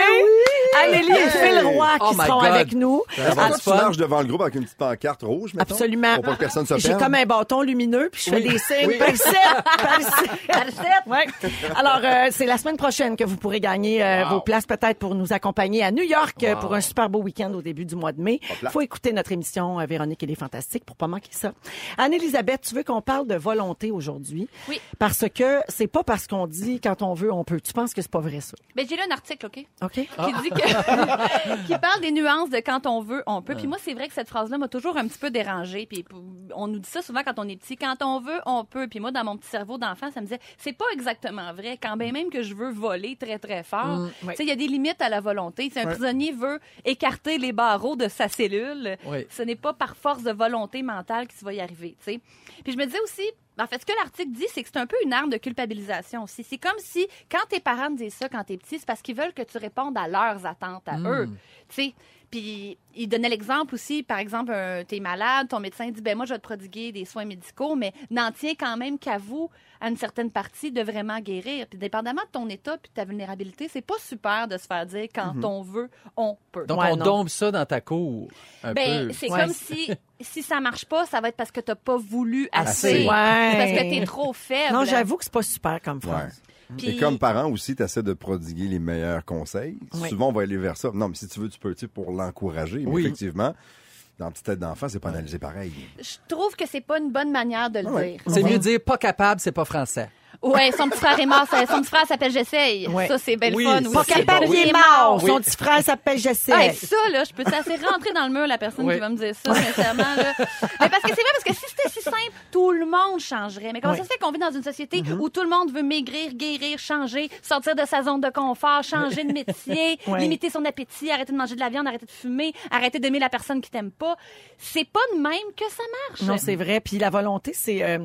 Amélie et Phil Roy qui
Oh my
seront
God.
avec nous.
Ça va
Ah,
être
Pourquoi tu
fun.
marches devant le groupe avec une petite pancarte rouge, mettons,
Absolument.
Pour pas que personne se
J'ai
perde.
comme un bâton lumineux, puis je fais des signes. Par ici, par ici, par ici. Ouais. Alors, euh, c'est la semaine prochaine que vous pourrez gagner euh, vos places, peut-être pour nous accompagner à New York euh, pour un super beau week-end au début du mois de mai.
là.
faut écouter notre émission euh, Véronique et les Fantastiques pour pas manquer ça. Anne-Elisabeth, tu veux qu'on parle de volonté aujourd'hui?
Oui.
Parce que c'est pas parce qu'on dit quand on veut, on peut. Tu penses que c'est pas vrai, ça?
Ben, j'ai lu un article, OK?
OK?
qui dit que qui parle des nuances de quand on veut, on peut. Puis moi, c'est vrai que cette phrase-là m'a toujours un petit peu dérangée. Puis p- on nous dit ça souvent quand on est petit, quand on veut, on peut. Puis moi, dans mon petit cerveau d'enfant, ça me disait c'est pas exactement vrai. Quand bien même que je veux voler très très fort,
oui.
tu sais, il y a des limites à la volonté. Si un prisonnier veut écarter les barreaux de sa cellule,
Oui.
ce n'est pas par force de volonté mentale qu'il va y arriver. tu sais. Puis je me disais aussi, en fait, ce que l'article dit, c'est que c'est un peu une arme de culpabilisation aussi. C'est comme si, quand tes parents te disent ça quand t'es petit, c'est parce qu'ils veulent que tu répondes à leurs attentes, à eux. Tu sais, puis ils donnaient l'exemple aussi, par exemple, un- t'es malade, ton médecin dit, ben moi, je vais te prodiguer des soins médicaux, mais n'en tiens quand même qu'à vous, à une certaine partie, de vraiment guérir. Puis dépendamment de ton état puis de ta vulnérabilité, c'est pas super de se faire dire quand on veut, on peut.
Donc,
Ouais,
on
non.
dombe ça dans ta cour. Un
Ben,
peu.
c'est
Ouais.
comme si si ça marche pas, ça va être parce que t'as pas voulu
Assez.
assez.
Ouais.
Parce que t'es trop faible.
Non, j'avoue que c'est pas super comme
Ouais.
phrase.
Puis-
Et comme parent aussi, tu essaies de prodiguer les meilleurs conseils.
Oui.
Souvent, on va aller vers ça. Non, mais si tu veux, tu peux, tu sais, pour l'encourager. Mais
Oui.
effectivement, dans la petite tête d'enfant, c'est pas analysé pareil.
Je trouve que c'est pas une bonne manière
Ah
de le
Ouais.
dire.
C'est mieux dire pas capable, c'est pas français.
Ouais, son petit frère est mort, ça- son petit frère s'appelle J'essaye.
Ouais.
Ça, c'est belle
Oui,
fun.
ça,
Pas
c'est
aussi.
capable,
bon.
il est mort.
Oui.
Son petit frère s'appelle
Hey,
Jessica.
ça, là, je peux assez rentrer dans le mur, la personne
Oui.
qui va me dire ça, sincèrement. Là. Mais parce que c'est vrai, parce que si c'était si simple, tout le monde changerait. Mais comment
Oui. Mm-hmm.
ça se fait qu'on vit dans une société où tout le monde veut maigrir, guérir, changer, sortir de sa zone de confort, changer de métier,
Oui.
limiter son appétit, arrêter de manger de la viande, arrêter de fumer, arrêter d'aimer la personne qui t'aime pas? C'est pas de même que ça marche.
Non, c'est vrai. Puis la volonté, c'est euh,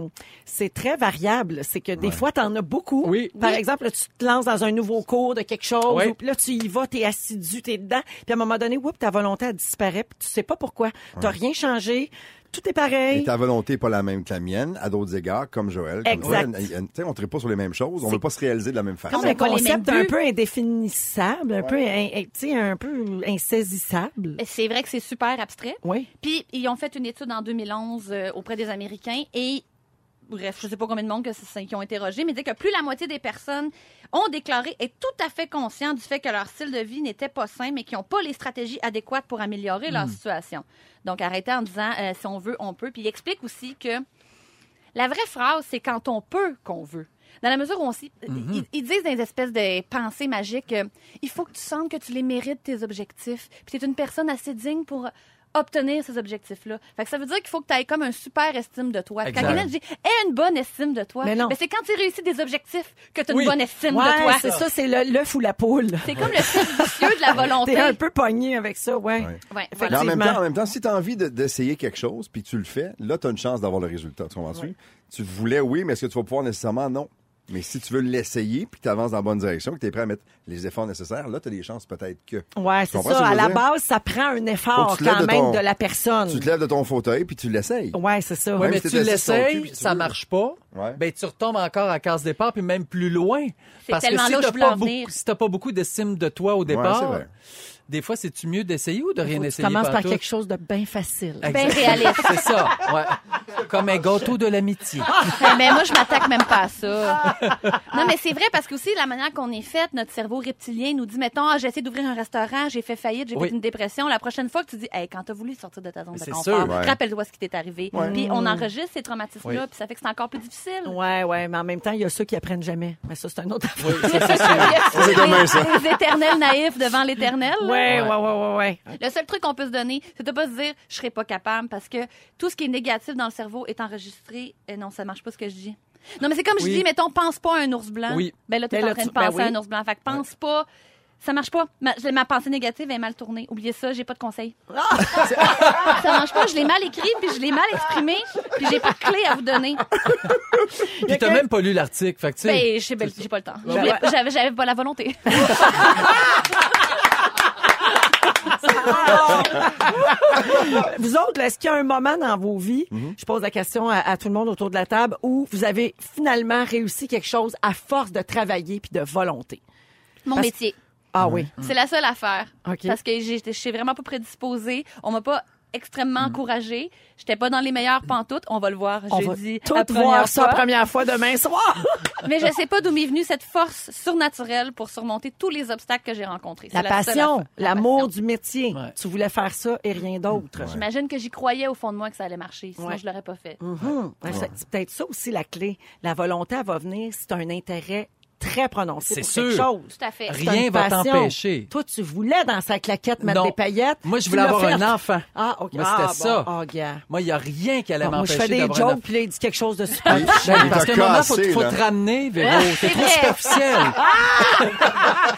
c'est très variable. C'est que des fois, tu en as beaucoup.
Oui.
Par exemple, là, tu te lances dans un nouveau cours de quelque chose.
Oui.
ou- Puis là, tu y vas, tu es assidu, tu es dedans. Puis à un moment donné, whoop, ta volonté, elle disparaît. Puis tu sais pas pourquoi. T'as rien changé. Tout est
Et
pareil.
ta volonté n'est pas la même que la mienne, à d'autres égards, comme Joël. Comme
Exact.
toi, elle- elle- tu sais, on ne traite pas sur les mêmes choses. On
C'est-
ne veut pas se réaliser de la même façon.
Comme un
pas les
concept
mêmes
un
buts.
peu indéfinissable, un peu, in- in- tu sais, un peu insaisissable.
Mais C'est vrai que c'est super abstrait.
Oui.
Puis, ils ont fait une étude en 2011 euh, auprès des Américains et, bref, je sais pas combien de monde que c'est- qui ont interrogé, mais dit que plus la moitié des personnes ont déclaré être tout à fait conscients du fait que leur style de vie n'était pas sain, mais qui n'ont pas les stratégies adéquates pour améliorer leur situation. Donc, arrêtez en disant euh, si on veut, on peut. Puis, il explique aussi que la vraie phrase, c'est quand on peut qu'on veut. Dans la mesure où on s'y- euh, ils, ils disent des espèces de pensées magiques, euh, il faut que tu sentes que tu les mérites, tes objectifs. Puis tu es une personne assez digne pour obtenir ces objectifs-là. Fait que ça veut dire qu'il faut que tu aies comme un super estime de toi. Quand
Exact.
quelqu'un te dit « Aie une bonne estime de toi »,
Mais non.
c'est quand tu réussis des objectifs que tu as
Oui.
une bonne estime
Ouais,
de toi.
c'est ça, c'est le- l'œuf ou la poule.
C'est comme le cercle vicieux de la volonté.
T'es un peu pogné avec ça, ouais.
Ouais.
Ouais,
Fait
Mais
voilà.
en même
Effectivement.
temps, en même temps, si tu as envie de- d'essayer quelque chose, puis tu le fais, là, tu as une chance d'avoir le résultat. Tu comprends-tu? Tu voulais, oui, mais est-ce que tu vas pouvoir nécessairement? Non. Mais si tu veux l'essayer, puis que tu avances dans la bonne direction, que tu es prêt à mettre les efforts nécessaires, là, tu as des chances peut-être que.
Ouais,
Tu
c'est
comprends ce que
ça.
je
À
veux
la
dire?
base, ça prend un effort
Faut que tu te lèves
quand
de
même
ton-
de la personne.
Tu te lèves de ton fauteuil, puis tu l'essayes.
Ouais, c'est ça.
Oui,
Même
mais
si t'es
tu
assis sur ton cul, puis
l'essayes,
tu
ça
veux.
marche pas,
Ouais.
ben tu retombes encore à case départ, puis même plus loin. Parce que
tellement
si
là où
t'as
je voulais en
pas, beaucoup,
venir.
si t'as pas beaucoup d'estime de toi au
c'est
départ,
vrai.
des fois, c'est-tu mieux d'essayer ou de rien
Faut que tu
essayer?
commences par
pantoute?
quelque chose de bien facile.
Ben
Exact.
réaliste.
C'est ça, ouais. Comme un gâteau de l'amitié.
Ah,
Ouais, mais moi, je m'attaque même pas à ça. Non, mais c'est vrai parce que aussi, la manière qu'on est faite, notre cerveau reptilien nous dit, mettons, ah, j'ai essayé d'ouvrir un restaurant, j'ai fait faillite, j'ai
Oui.
fait une dépression. La prochaine fois que tu dis, hey, quand t'as voulu sortir de ta zone
Mais
de
c'est
confort,
sûr,
ouais.
rappelle-toi ce qui t'est arrivé.
Ouais.
Puis
Mm.
on enregistre ces traumatismes-là,
Oui.
puis ça fait que c'est encore plus difficile.
Ouais, ouais, mais en même temps, il y a ceux qui apprennent jamais. Mais ça, c'est un autre affaire.
C'est comme ça.
Les éternels naïfs devant l'éternel. là.
Ouais, ouais, ouais, ouais, ouais.
Le seul truc qu'on peut se donner, c'est de pas se dire, je serai pas capable, parce que tout ce qui est négatif dans le cerveau est enregistré. Et non, ça marche pas ce que je dis. Non, mais c'est comme
Oui.
je dis, mettons, pense pas à un ours blanc.
Oui.
Ben là, t'es
Ben
en
là,
train
tu-
de penser
ben oui.
à un ours blanc. Fait que pense pas. Ça marche pas. Ma, je- ma pensée négative est mal tournée. Oubliez ça, j'ai pas de conseils. ça marche pas. Je l'ai mal écrit, puis je l'ai mal exprimé, puis j'ai pas de clé à vous donner.
Puis t'as même pas lu l'article. Fait que, tu sais,
Ben, j'ai ben, j'ai pas le temps. Je voulais- J'avais j'avais pas la volonté.
Vous autres, là, est-ce qu'il y a un moment dans vos vies,
Mm-hmm.
je pose la question à, à tout le monde autour de la table, où vous avez finalement réussi quelque chose à force de travailler puis de volonté?
Mon
Parce-
métier.
Ah oui.
C'est la seule affaire.
OK.
Parce que j'ai- j'étais- je suis vraiment pas prédisposée. On m'a pas extrêmement encouragée. J'étais pas dans les meilleures pantoutes. On va le voir
Mm. On va
jeudi.
tout
la première
voir ça
fois.
la première fois demain soir.
Mais je sais pas d'où m'est venue cette force surnaturelle pour surmonter tous les obstacles que j'ai rencontrés. C'est
La
seule
passion,
affaire. La
l'amour du
passion.
métier.
Ouais.
Tu voulais faire ça et rien d'autre.
J'imagine que j'y croyais au fond de moi que ça allait marcher. Sinon,
Ouais.
je l'aurais pas fait.
Mhm. Ouais, c'est- C'est peut-être ça aussi la clé. La volonté, elle va venir si tu un intérêt très prononcé
C'est
pour quelque
sûr.
chose.
Tout à fait.
C'est
Rien
une
va
passion.
t'empêcher.
Toi, tu voulais dans sa claquette mettre
Non.
des paillettes.
Moi, je
Tu
voulais
l'as
avoir
fait.
un enfant.
Ah, OK.
Moi,
ah,
c'était ça.
bon. Ah, gars.
Moi, il n'y a rien qui allait
Bon, moi, je
m'empêcher
fais des
d'avoir un
jokes,
enfant.
puis là, il dit quelque chose de super.
Ben, parce
t'as
qu'à un moment, faut,
cassé,
faut
là.
te ramener,
Ah,
Véro. T'es trop superficiel.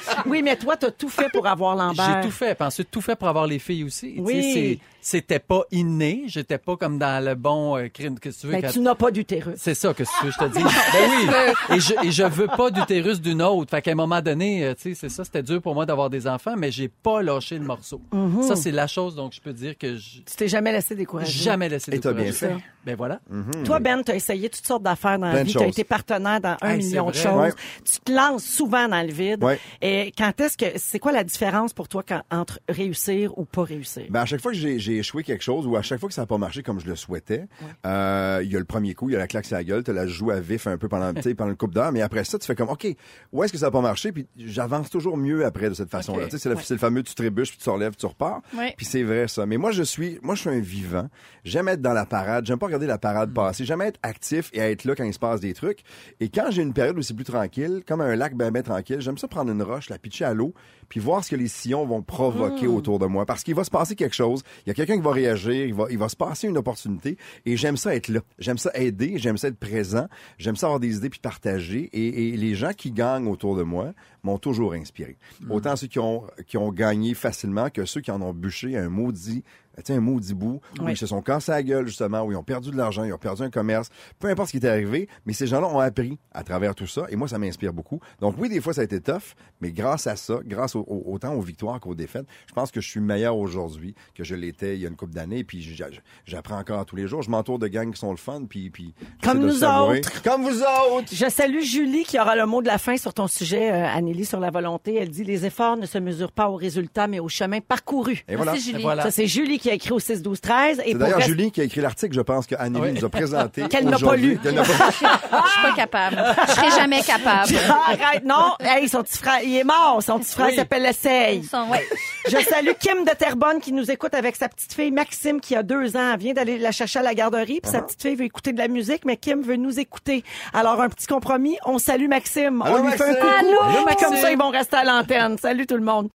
oui, mais toi, t'as tout fait pour avoir l'ambert.
J'ai tout fait. Puis ensuite, tout fait pour avoir les filles aussi.
Ah, ben. Oui.
Tu sais, c'est- C'était pas inné. J'étais pas comme dans le bon euh, crime que tu veux.
Ben,
quand-
tu n'as pas d'utérus.
C'est ça que tu veux, je te dis. ben oui. Et je, et je veux pas d'utérus d'une autre. Fait qu'à un moment donné, euh, tu sais, c'est ça, c'était dur pour moi d'avoir des enfants, mais j'ai pas lâché le morceau.
Mhm.
Ça, c'est la chose, donc je peux dire que je
Tu t'es jamais laissé décourager.
jamais laissé
Et t'as bien
décourager.
fait. Mhm.
Ben voilà.
Toi, Ben, tu as essayé toutes sortes d'affaires dans la
Hmm. Plein de
vie. Tu as
choses.
été partenaire dans un
Hey, c'est
million de
vrai.
choses.
Ouais.
Tu te lances souvent dans le vide.
Ouais.
Et quand est-ce que. C'est quoi la différence pour toi quand- entre réussir ou pas réussir?
Ben, à chaque fois que j'ai j'ai échoué quelque chose ou à chaque fois que ça n'a pas marché comme je le souhaitais, euh, il y a le premier coup, il y a la claque sur la gueule, tu la joues à vif un peu pendant, tu sais, pendant une coupe d'heure, mais après ça, tu fais comme, OK, où est-ce que ça n'a pas marché? Puis j'avance toujours mieux après de cette façon-là.
Ok.
Tu sais, C'est le, c'est le fameux tu te trébuches, puis tu te relèves, tu repars.
Ouais.
Puis c'est vrai ça. Mais moi, je suis moi je suis un vivant. J'aime être dans la parade. J'aime pas regarder la parade passer. J'aime être actif et être là quand il se passe des trucs. Et quand j'ai une période où c'est plus tranquille, comme un lac ben ben tranquille, j'aime ça prendre une roche, la pitcher à l'eau, puis voir ce que les sillons vont provoquer autour de moi. Parce qu'il va se passer quelque chose. Il y a quelqu'un qui va réagir. Il va, il va se passer une opportunité. Et j'aime ça être là. J'aime ça aider. J'aime ça être présent. J'aime ça avoir des idées puis partager. Et, et les gens qui gagnent autour de moi m'ont toujours inspiré. Autant ceux qui ont, qui ont gagné facilement que ceux qui en ont bûché un maudit, tu sais, un maudit bout, où
Oui.
ils se sont cassés la gueule, justement, où ils ont perdu de l'argent, ils ont perdu un commerce, peu importe ce qui est arrivé, mais ces gens-là ont appris à travers tout ça, et moi, ça m'inspire beaucoup. Donc oui, des fois, ça a été tough, mais grâce à ça, grâce au- au- autant aux victoires qu'aux défaites, je pense que je suis meilleur aujourd'hui que je l'étais il y a une couple d'années, puis j'a- j'apprends encore tous les jours. Je m'entoure de gangs qui sont le fun, puis... puis j'essaie
Comme
de le
nous
savourer.
autres.
Comme vous autres!
Je salue Julie qui aura le mot de la fin sur ton sujet, euh, Anneli, sur la volonté. Elle dit Les efforts ne se mesurent pas aux résultats, mais au chemin parcouru.
Et voilà.
Merci, Julie.
voilà.
Ça, c'est Julie qui a écrit au 6-12-13. Et
C'est
pour
d'ailleurs
rester-
Julie qui a écrit l'article, je pense, que Annie
Oui.
nous a présenté.
Qu'elle n'a pas
aujourd'hui,
lu.
qu'elle n'a pas-
Ah! Je suis pas capable. Je serai jamais capable.
Arrête, non. Hey, son petit frère, il est mort. Son petit frère
Oui.
s'appelle L'Essaye.
Ils sont- ouais.
Je salue Kim de Terrebonne qui nous écoute avec sa petite fille Maxime qui a deux ans. Elle vient d'aller la chercher à la garderie. Puis sa
Uh-huh.
petite fille veut écouter de la musique, mais Kim veut nous écouter. Alors, un petit compromis. On salue Maxime.
Allô,
on lui fait un
Maxime.
coucou.
Allô,
Puis comme
Maxime.
ça, ils vont rester à l'antenne. Salut tout le monde.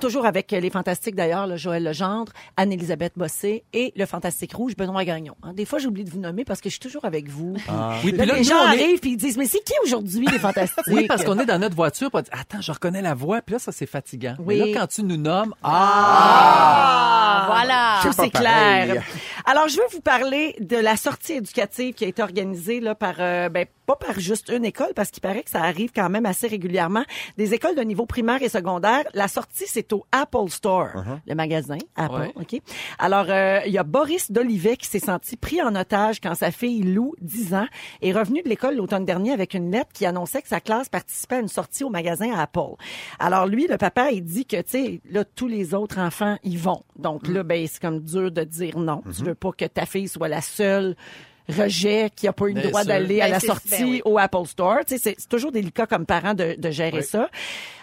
Toujours avec euh, les fantastiques d'ailleurs, le Joël Legendre, Anne-Élisabeth Bossé et le fantastique rouge Benoît Gagnon. Hein, Des fois, j'oublie de vous nommer parce que je suis toujours avec vous.
Oui, Ah. puis là,
les
nous,
gens
on est-
arrivent puis ils disent mais c'est qui aujourd'hui les fantastiques
Oui, parce qu'on est dans notre voiture, puis on dit, attends, je reconnais la voix, puis là, ça, c'est fatigant.
Oui.
Mais là, quand tu nous nommes, ah,
Ah, voilà.
Tout
C'est pas
c'est clair.
pareil.
Alors, je veux vous parler de la sortie éducative qui a été organisée là, par, euh, ben, pas par juste une école, parce qu'il paraît que ça arrive quand même assez régulièrement. Des écoles de niveau primaire et secondaire, la sortie, c'est au Apple Store,
Uh-huh.
le magasin Apple.
Ouais.
OK? Alors, euh, il y a Boris Dolivet qui s'est senti pris en otage quand sa fille Lou, 10 ans, est revenue de l'école l'automne dernier avec une lettre qui annonçait que sa classe participait à une sortie au magasin à Apple. Alors, lui, le papa, il dit que, tu sais, là, tous les autres enfants y vont. Donc,
Mm.
là, ben, c'est comme dur de dire non.
Mm-hmm.
Tu veux pas que ta fille soit la seule rejet qui a pas eu le
Bien
droit
sûr.
d'aller à
Ben,
la
c'est-
sortie
ben oui.
au Apple Store. Tu sais, C'est c'est toujours délicat comme parent de, de gérer
Oui.
ça.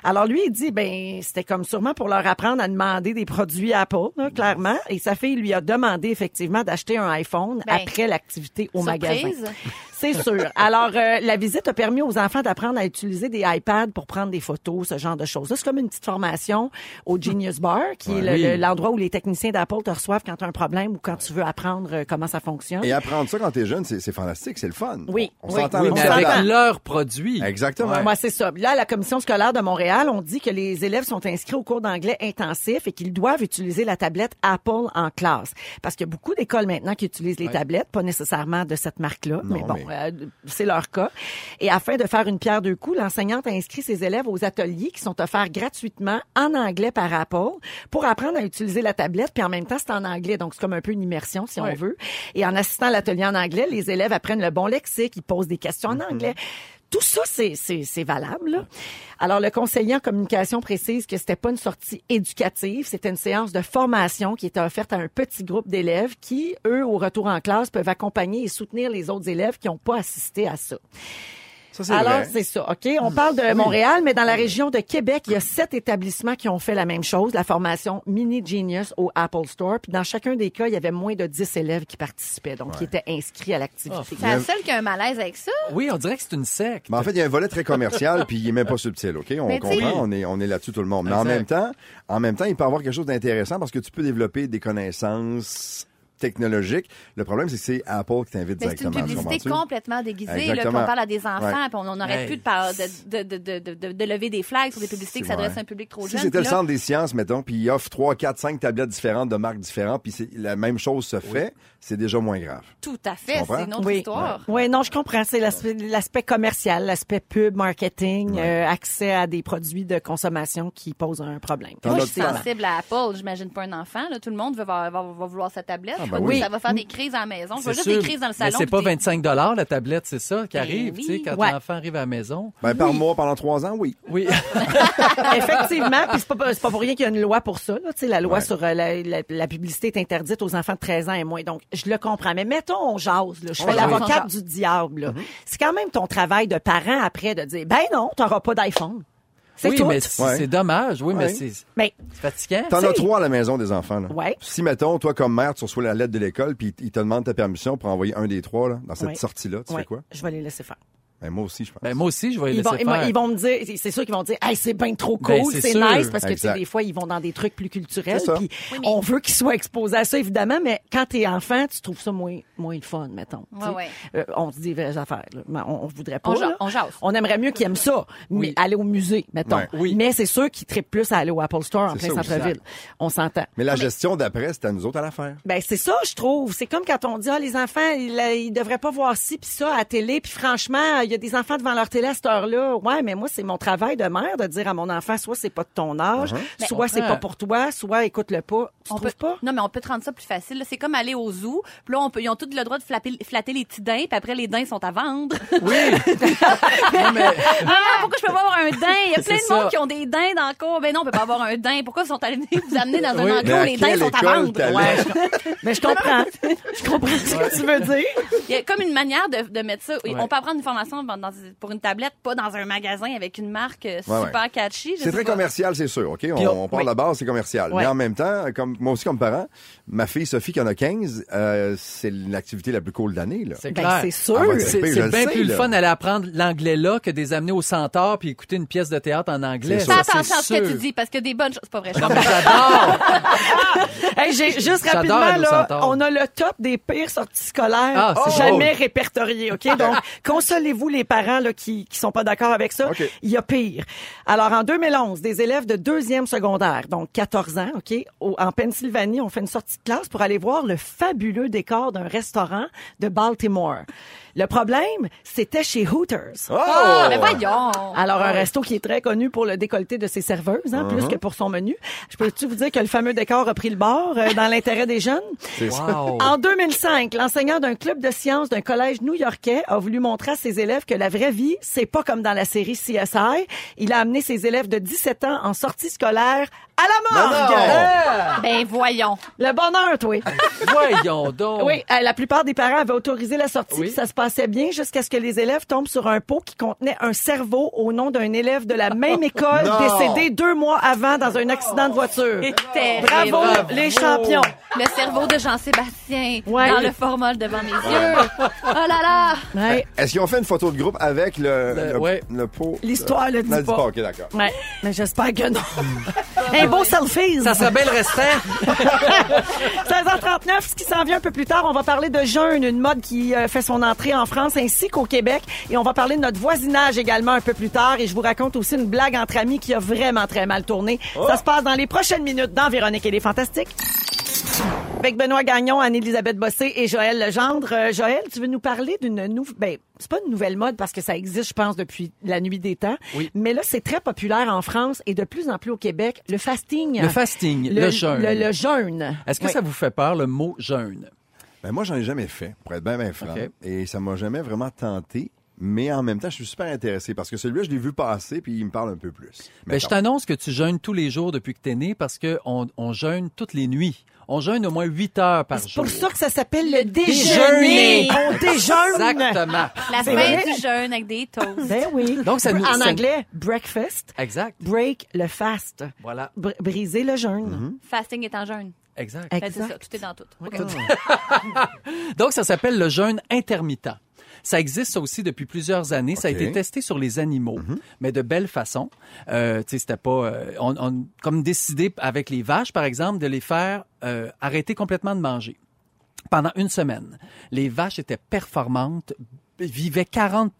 Alors lui, il dit, ben c'était comme sûrement pour leur apprendre à demander des produits Apple, là, clairement. Et sa fille lui a demandé effectivement d'acheter un iPhone
Ben,
après l'activité au
surprise.
magasin. C'est sûr. Alors, euh, la visite a permis aux enfants d'apprendre à utiliser des iPads pour prendre des photos, ce genre de choses. C'est comme une petite formation au Genius Bar, qui est le-
Oui.
le- l'endroit où les techniciens d'Apple te reçoivent quand tu as un problème ou quand tu veux apprendre euh, comment ça fonctionne.
Et apprendre ça quand t'es jeune, c'est c'est fantastique, c'est le fun.
Oui,
On
oui,
s'entend
oui,
là-dessus
Mais
on
là-dedans.
avec leurs produits.
Exactement.
Moi, c'est ça. Là, à la commission scolaire de Montréal, on dit que les élèves sont inscrits au cours d'anglais intensif et qu'ils doivent utiliser la tablette Apple en classe. Parce qu'il y a beaucoup d'écoles maintenant qui utilisent les tablettes, pas nécessairement de cette marque-là, mais bon,
mais-
euh, c'est leur cas. Et afin de faire une pierre deux coups, l'enseignante a inscrit ses élèves aux ateliers qui sont offerts gratuitement en anglais par Apple pour apprendre à utiliser la tablette, puis en même temps, c'est en anglais, donc c'est comme un peu une immersion, si on veut. Et en assistant à l'atelier en anglais, les élèves apprennent le bon lexique, ils posent des questions en anglais. Tout ça, c'est- c'est c'est valable. là. Alors, le conseiller en communication précise que c'était pas une sortie éducative, c'était une séance de formation qui était offerte à un petit groupe d'élèves qui, eux, au retour en classe, peuvent accompagner et soutenir les autres élèves qui n'ont pas assisté à ça.
Ça, c'est
Alors,
vrai.
c'est ça, OK? On parle de Montréal, mais dans la région de Québec, il y a sept établissements qui ont fait la même chose, la formation Mini Genius au Apple Store. Puis dans chacun des cas, il y avait moins de 10 élèves qui participaient, donc qui étaient inscrits à l'activité.
C'est la seule qui a un malaise avec ça.
Oui, on dirait que c'est une secte.
Mais en fait, il y a un volet très commercial, puis il est même pas subtil, OK? On
Mais tu sais-
comprend, on est, on est là-dessus tout le monde. Mais en
Exact.
même temps, en même temps, il peut avoir quelque chose d'intéressant parce que tu peux développer des connaissances technologiques. Le problème, c'est que c'est Apple qui t'invite
Mais Ben, c'est
directement.
une
tu
publicité
comprends-tu?
complètement déguisée, là,
Exactement.
qu'on parle à des enfants,
Ouais.
puis on n'aurait
Hey.
plus de, par- de, de, de, de- de- de lever des flags sur des publicités qui
C'est vrai.
s'adressent à un public trop
Si
jeune.
c'était
puis
le
là-
centre des sciences, mettons, puis il offre 3, 4, 5 tablettes différentes de marques différentes, puis c'est- la même chose se fait, c'est déjà moins grave.
Tout à
Tu
fait,
comprends?
c'est une autre histoire.
Ouais. Ouais, non, je comprends. C'est l'aspect l'aspect commercial, l'aspect pub, marketing, euh, accès à des produits de consommation qui posent un problème.
T'en
Moi,
as
je suis
de temps.
sensible à Apple. J'imagine pas un enfant. Là. Tout le monde va, va, va- va vouloir sa tablette.
ben
Au
oui.
début, Ça va faire des crises à la maison. Je vois juste
sûr.
des crises dans le
Mais
salon.
c'est
puis
pas
des-
25 la tablette, c'est ça qui arrive,
oui.
tu sais, quand
Ben Ouais.
l'enfant arrive à la maison.
Ben, Par mois, pendant 3 ans, oui.
Oui.
Effectivement, puis c'est pas, c'est pas pour rien qu'il y a une loi pour ça. Là. Tu sais, La loi sur euh, la, la- la publicité est interdite aux enfants de 13 ans et moins. Donc, je le comprends. Mais mettons, on jase. Là. Je fais
jase, on
l'avocate du
jase.
diable.
Mm-hmm.
là. C'est quand même ton travail de parent après de dire, ben non, t'auras pas d'iPhone. C'est
oui,
tout.
mais c'est
Ouais.
c'est dommage. Oui, mais
Ouais.
c'est c'est
Mais
fatigant.
T'en
Tu sais-
as trois à la maison des enfants. Là.
Ouais.
Si, mettons, toi, comme mère, tu reçois la lettre de l'école, puis ils te demandent ta permission pour envoyer un des trois là, dans cette
Ouais.
sortie-là, tu
Ouais,
fais quoi?
Je vais les laisser faire.
Ben, moi aussi, je pense.
Ben, moi aussi, je vais
Ils
laisser
vont, ils vont-
faire.
ils vont me dire, c'est sûr qu'ils vont dire, hey, c'est bien trop cool,
Ben, c'est
c'est
sûr.
nice, parce que tu sais,
Exact.
des fois, ils vont dans des trucs plus culturels,
C'est ça.
puis on veut qu'ils soient exposés à ça, évidemment, mais quand t'es enfant, tu trouves ça moins, moins le fun, mettons. tu sais.
Ouais, ouais.
Euh, on se dit vraies affaires, là. Mais On, on voudrait pas.
On ja-
là.
on jase.
On aimerait mieux qu'ils aiment ça, mais aller au musée, mettons.
Ouais.
Oui.
Mais c'est sûr qu'ils trippent plus à aller au Apple Store en
C'est
plein
ça,
centre-ville. On s'entend.
Mais la gestion d'après, c'est à nous autres à la faire.
Ben c'est ça, je trouve. C'est comme quand on dit ah les enfants, ils, euh, ils devraient pas voir ci puis ça à la télé. Puis franchement, il y a des enfants devant leur télé à cette heure-là. Ouais, mais moi c'est mon travail de mère de dire à mon enfant soit c'est pas de ton âge,
Uh-huh.
soit c'est
comprends.
pas pour toi, soit écoute le pas. Tu
On
trouves
peut,
pas
Non, mais on peut te rendre ça plus facile. là. C'est comme aller au zoo. Puis là, on peut, ils ont tous le droit de flapper- flatter les petits daims, puis après, les daims sont à vendre.
Non, mais-
Ah, pourquoi je peux pas avoir un daim? Il y a plein de
C'est ça.
monde qui ont des daims dans le corps. Ben non, on peut pas avoir un daim. Pourquoi ils sont allés vous amener dans un
Oui,
mais
enclos?
à
Les daims
quelle
sont à
école
vendre.
t'allais?
Ouais.
Mais je comprends. je comprends ce que tu veux dire.
Il y a comme une manière de, de mettre ça. Et On peut apprendre une formation dans- dans- pour une tablette, pas dans un magasin avec une marque euh,
Ouais,
super
ouais.
catchy. Je
C'est
sais
très
pas.
commercial, c'est sûr, OK? On,
Puis
on parle
oui.
de base, c'est commercial.
Ouais.
Mais en même temps, comme moi aussi comme parent, ma fille Sophie, qui en a 15, euh, c'est l'activité la plus cool de l'année. là.
C'est
Ben,
clair.
c'est sûr.
Ah, ouais,
C'est
Je
c'est
le
bien
sais,
plus le
là.
fun d'aller apprendre l'anglais là que de les amener au centaure puis écouter une pièce de théâtre en anglais.
C'est
Fais
sûr.
Ça,
attention à ce
c'est
que
sûr.
tu dis, parce que des bonnes choses. C'est pas vrai. je
Non,
comprends.
mais j'adore!
Hey, j'ai juste
J'adore
rapidement
Anneau
là,
Centaure.
on a le top des pires sorties
Ah,
scolaires
c'est
jamais répertoriées, OK Donc consolez-vous les parents là qui qui sont pas d'accord avec ça,
OK.
il y a pire. Alors en 2011, des élèves de deuxième secondaire, donc 14 ans, OK, au- en Pennsylvanie, ont fait une sortie de classe pour aller voir le fabuleux décor d'un restaurant de Baltimore. Le problème, c'était chez Hooters.
Ah, mais voyons.
Alors, un resto qui est très connu pour le décolleté de ses serveuses, hein, plus que pour son menu. Je peux-tu vous dire que le fameux décor a pris le bord euh, dans l'intérêt des jeunes?
C'est ça.
Wow.
En 2005, l'enseignant d'un club de sciences d'un collège new-yorkais a voulu montrer à ses élèves élèves que la vraie vie, c'est pas comme dans la série CSI. Il a amené ses élèves de 17 ans en sortie scolaire à la morgue.
Non, non.
Ben voyons.
Le bonheur, toi.
Voyons donc.
Oui, euh, la plupart des parents avaient autorisé la sortie,
Oh. Oui.
puis ça se passait bien jusqu'à ce que les élèves tombent sur un pot qui contenait un cerveau au nom d'un élève de la même école
Non.
décédé deux mois avant dans un accident de voiture.
Terrible.
Bravo, les champions.
Le cerveau de Jean-Sébastien
Ouais.
dans le formol devant mes yeux. Oh là là!
Ouais.
Est-ce qu'ils ont fait une photo de groupe avec le,
Le-
le,
ouais.
le pot?
L'histoire le dit
Non, dis
pas.
OK, d'accord.
Ouais. Mais j'espère que non. un beau selfie.
Ça serait bien le restant.
16h39, ce qui s'en vient un peu plus tard, on va parler de jeûne, une mode qui euh, fait son entrée en France ainsi qu'au Québec. Et on va parler de notre voisinage également un peu plus tard. Et je vous raconte aussi une blague entre amis qui a vraiment très mal tourné.
Oh!
Ça se passe dans les prochaines minutes dans Véronique et les Fantastiques. Avec Benoît Gagnon, Anne-Élisabeth Bossé et Joël Legendre. Euh, Joël, tu veux nous parler d'une nouvelle... Ben, c'est pas une nouvelle mode parce que ça existe, je pense, depuis la nuit des temps.
Oui.
Mais là, c'est très populaire en France et de plus en plus au Québec. Le fasting.
Le fasting, le jeûne.
Le, le jeûne.
Est-ce que
Oui.
ça vous fait peur, le mot jeûne?
Ben moi, j'en ai jamais fait, pour être bien, bien franc.
OK.
Et ça m'a jamais vraiment tenté. Mais en même temps, je suis super intéressé parce que celui-là, je l'ai vu passer puis il me parle un peu plus.
Ben, je
Mettons.
t'annonce que tu jeûnes tous les jours depuis que t'es né parce qu'on on jeûne toutes les nuits. On jeûne au moins 8 heures par
C'est
jour.
pour ça que ça s'appelle le déjeuner.
Déjeuner.
On déjeune.
Exactement.
La
C'est
fin
vrai.
du jeûne avec des toasts.
Ben oui.
Donc, ça nous-
en
ça-
anglais, breakfast,
Exact.
break le fast,
Voilà.
Br- briser le jeûne.
Fasting est en jeûne.
Exact.
Ben, c'est ça,
Exact.
tout est dans tout.
Donc, ça s'appelle le jeûne intermittent. Ça existe ça aussi depuis plusieurs années. Ça a
OK.
été testé sur les animaux, mais de belle façon. Euh, tu sais, c'était pas... euh, on, on- comme décidé avec les vaches, par exemple, de les faire euh, arrêter complètement de manger. Pendant une semaine, les vaches étaient performantes, vivaient 40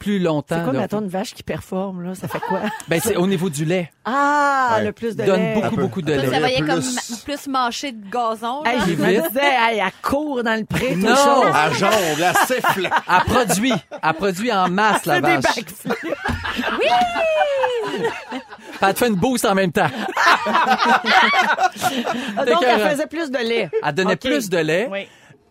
plus longtemps.
C'est quoi,
leur-
mettons, une vache qui performe, là? Ça fait quoi?
Ben, c'est au niveau du lait.
Ah,
Ouais.
le plus de
Donne
lait.
beaucoup,
peu.
beaucoup de
Un peu.
lait.
Ça voyait
Plus-
comme ma- plus mâcher de gazon.
Hey,
là.
je
Vite.
me disais, hey, elle court dans le pré, tout
Non.
ça.
À jongle, à siffle.
Elle produit, elle produit en masse, la
Elle fait des
vache.
backflips.
Puis Elle te fait une bourse en même temps.
Ah, Donc, elle
écœurant.
faisait plus de lait.
Elle donnait
Ok.
plus de lait.
Oui.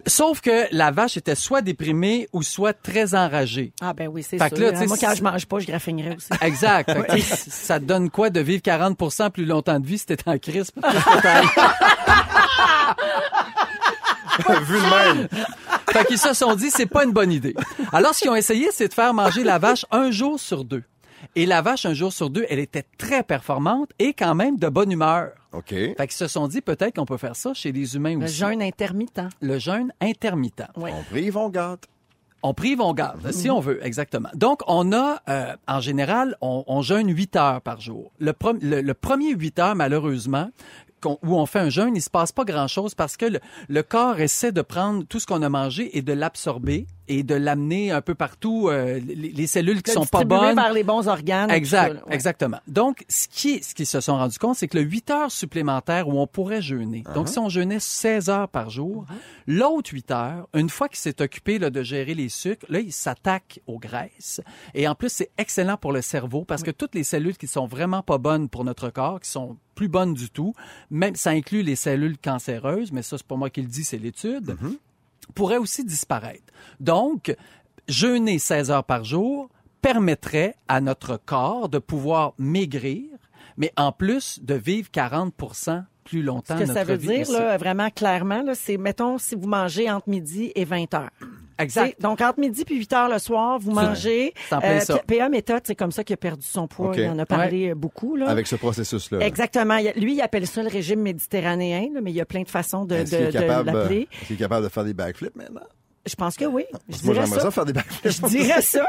Sauf que la vache était soit déprimée ou soit très enragée.
Ah, ben oui, c'est
Fait
sûr.
que là, tu sais,
Moi, quand
c'est-
je mange pas, je graffinerais aussi.
Exact. Fait que Ça te donne quoi de vivre 40 plus longtemps de vie si t'es en crise?
Vu le même.
fait qu'ils se sont dit, c'est pas une bonne idée. Alors, ce qu'ils ont essayé, c'est de faire manger la vache un jour sur deux. Et la vache, un jour sur deux, elle était très performante et quand même de bonne humeur.
OK.
Fait qu'ils se sont dit, peut-être qu'on peut faire ça chez les humains
Le
aussi.
jeûne intermittent.
Le jeûne intermittent.
On prive, on gâte.
On prive, on garde, si on veut, exactement. Donc, on a, euh, en général, on, on jeûne 8 heures par jour. Le, prom- le, le premier 8 heures, malheureusement, qu'on- où on fait un jeûne, il se passe pas grand-chose parce que le, le corps essaie de prendre tout ce qu'on a mangé et de l'absorber et de l'amener un peu partout, euh, les, les cellules qui
Le
sont pas
distribuer
bonnes.
vers les bons organes.
Exact,
tout ça, là. Ouais.
exactement. Donc, ce qui, ce qu'ils se sont rendus compte, c'est que le 8 heures supplémentaires où on pourrait jeûner, donc si on jeûnait 16 heures par jour,
Uh-huh.
l'autre 8 heures, une fois qu'il s'est occupé là, de gérer les sucres, là, il s'attaque aux graisses. Et en plus, c'est excellent pour le cerveau parce que toutes les cellules qui sont vraiment pas bonnes pour notre corps, qui sont plus bonnes du tout, même ça inclut les cellules cancéreuses, mais ça, c'est pas moi qui le dis, c'est l'étude pourrait aussi disparaître. Donc, jeûner 16 heures par jour permettrait à notre corps de pouvoir maigrir, mais en plus de vivre 40 plus longtemps
Ce que ça
notre
veut
vie.
dire, là, vraiment clairement, là, c'est, mettons, si vous mangez entre midi et 20 heures.
Exact.
T'sais, Donc, entre midi puis 8 heures le soir, vous mangez. euh,
C'est en plein ça.
P- PA méthode, c'est comme ça qu'il a perdu son poids.
OK.
Il en a parlé euh, beaucoup. Là.
Avec euh. ce processus-là.
Exactement. Il y a- Lui, il appelle ça le régime méditerranéen, là, mais il y a plein de façons de,
Est-ce
de,
qu'il est,
de
capable- euh,
l'appeler.
est-ce qu'il est capable de faire des backflips maintenant?
Je pense que oui. Je
Moi,
dirais
j'aimerais ça.
ça.
faire des backflips.
Je dirais ça.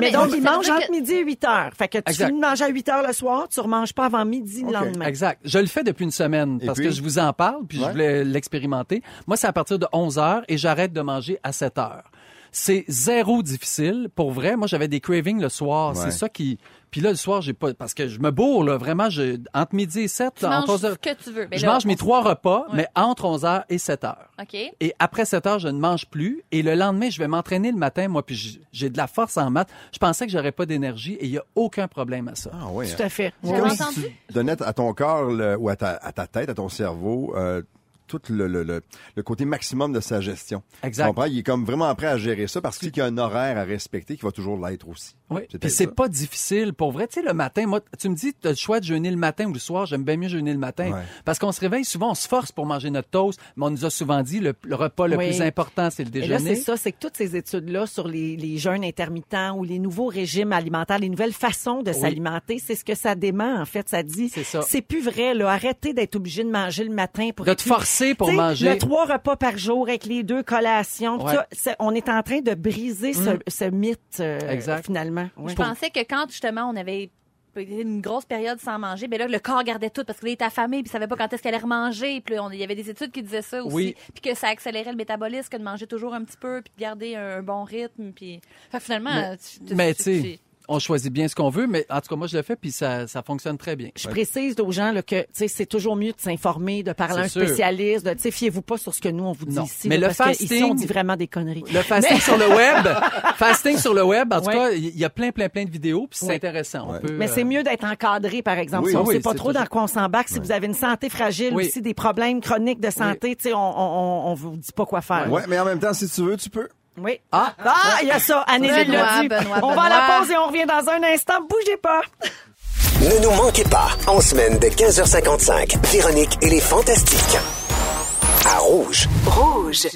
mais,
mais
donc,
ça
il
veut
mange
dire
entre
que-
midi et 8 heures. Fait que tu
Exact.
finis de manger à 8 heures le soir, tu remanges pas avant midi le
OK.
lendemain.
Exact. Je le fais depuis une semaine
Et
parce
puis?
que je vous en parle, puis
Ouais.
je voulais l'expérimenter. Moi, c'est à partir de 11 heures et j'arrête de manger à 7 heures. C'est zéro difficile, pour vrai. Moi, j'avais des cravings le soir.
Ouais.
C'est ça qui... Puis là, le soir, j'ai pas... Parce que je me bourre, là, vraiment. Je... Entre midi et 7,
Tu
là,
manges
entre 11
ce
heures-
que tu veux. Mais
je
là,
mange mes
on-
trois repas,
Ouais.
mais entre 11h et 7h.
OK.
Et après 7 heures, je ne mange plus. Et le lendemain, je vais m'entraîner le matin, moi, puis j- j'ai de la force en maths. Je pensais que j'aurais pas d'énergie et il n'y a aucun problème à ça.
Ah ouais.
Tout à fait.
C'est
J'avais
comme
entendu.
si tu donnais à ton corps le- ou à ta, à ta tête, à ton cerveau, euh, tout le, le, le, le côté maximum de sa gestion.
Exact.
Tu comprends? Il est comme vraiment prêt à gérer ça parce qu'il y a un horaire à respecter qui va toujours l'être aussi.
Oui.
C'est
Puis
peut-être
c'est
ça.
pas difficile. Pour vrai, tu sais, le matin, moi, tu me dis, tu as le choix de jeûner le matin ou le soir. J'aime bien mieux jeûner le matin.
Ouais.
Parce qu'on se réveille souvent, on se force pour manger notre toast. Mais on nous a souvent dit, le, le repas le
Oui.
plus important, c'est le
Et là,
déjeuner.
c'est ça, c'est que toutes ces études-là sur les, les jeûnes intermittents ou les nouveaux régimes alimentaires, les nouvelles façons de s'alimenter, c'est ce que ça dément, en fait. Ça dit,
C'est ça.
c'est plus vrai, là. Arrêtez d'être obligé de manger le matin pour
De
être
te forcer pour
Tu sais,
manger.
Le trois repas par jour avec les deux collations. tout
Ouais. Mm.
ça, c'est- on est en train de briser ce, ce mythe, euh,
Exact.
finalement. Ouais.
Je pensais que quand justement on avait une grosse période sans manger, ben là le corps gardait tout parce qu'il était affamé, puis il savait pas quand est-ce qu'il allait remanger, puis là, on- il y avait des études qui disaient ça aussi,
Oui.
puis que ça accélérait le métabolisme que de manger toujours un petit peu, puis de garder un, un bon rythme, puis Fait que finalement tu- tu-
mais tu
tu-
sais,
tu-
on choisit bien ce qu'on veut. Mais en tout cas, moi, je le fais, puis ça, ça fonctionne très bien.
Je précise aux gens là, que tu sais, c'est toujours mieux de s'informer, de parler à un
C'est sûr.
spécialiste. De, tu sais, fiez-vous pas sur ce que nous, on vous dit
Non.
ici.
Mais
là,
le
parce que ici, on
fasting-
dit vraiment des conneries.
Le fasting sur le web. fasting sur le web. En tout
Ouais.
cas, il y a plein, plein, plein de vidéos, puis c'est
Ouais.
intéressant. On
Ouais.
peut,
Mais c'est
euh,
mieux d'être encadré, par exemple.
Oui,
si on ne
oui,
sait pas
c'est
trop
toujours-
dans quoi on s'embarque, si vous avez une santé fragile
Oui.
aussi, des problèmes chroniques de santé, tu sais, on, on, on- on vous dit pas quoi faire.
Ouais, mais en même temps, si tu veux, tu peux.
Oui.
Ah.
Ah, il y a ça. Annie
Benoît,
l'a dit.
Benoît,
On va à la
Benoît.
pause et on revient dans un instant. Bougez pas.
Ne nous manquez pas, en semaine de 15h55, Véronique et les Fantastiques. À Rouge.
Rouge.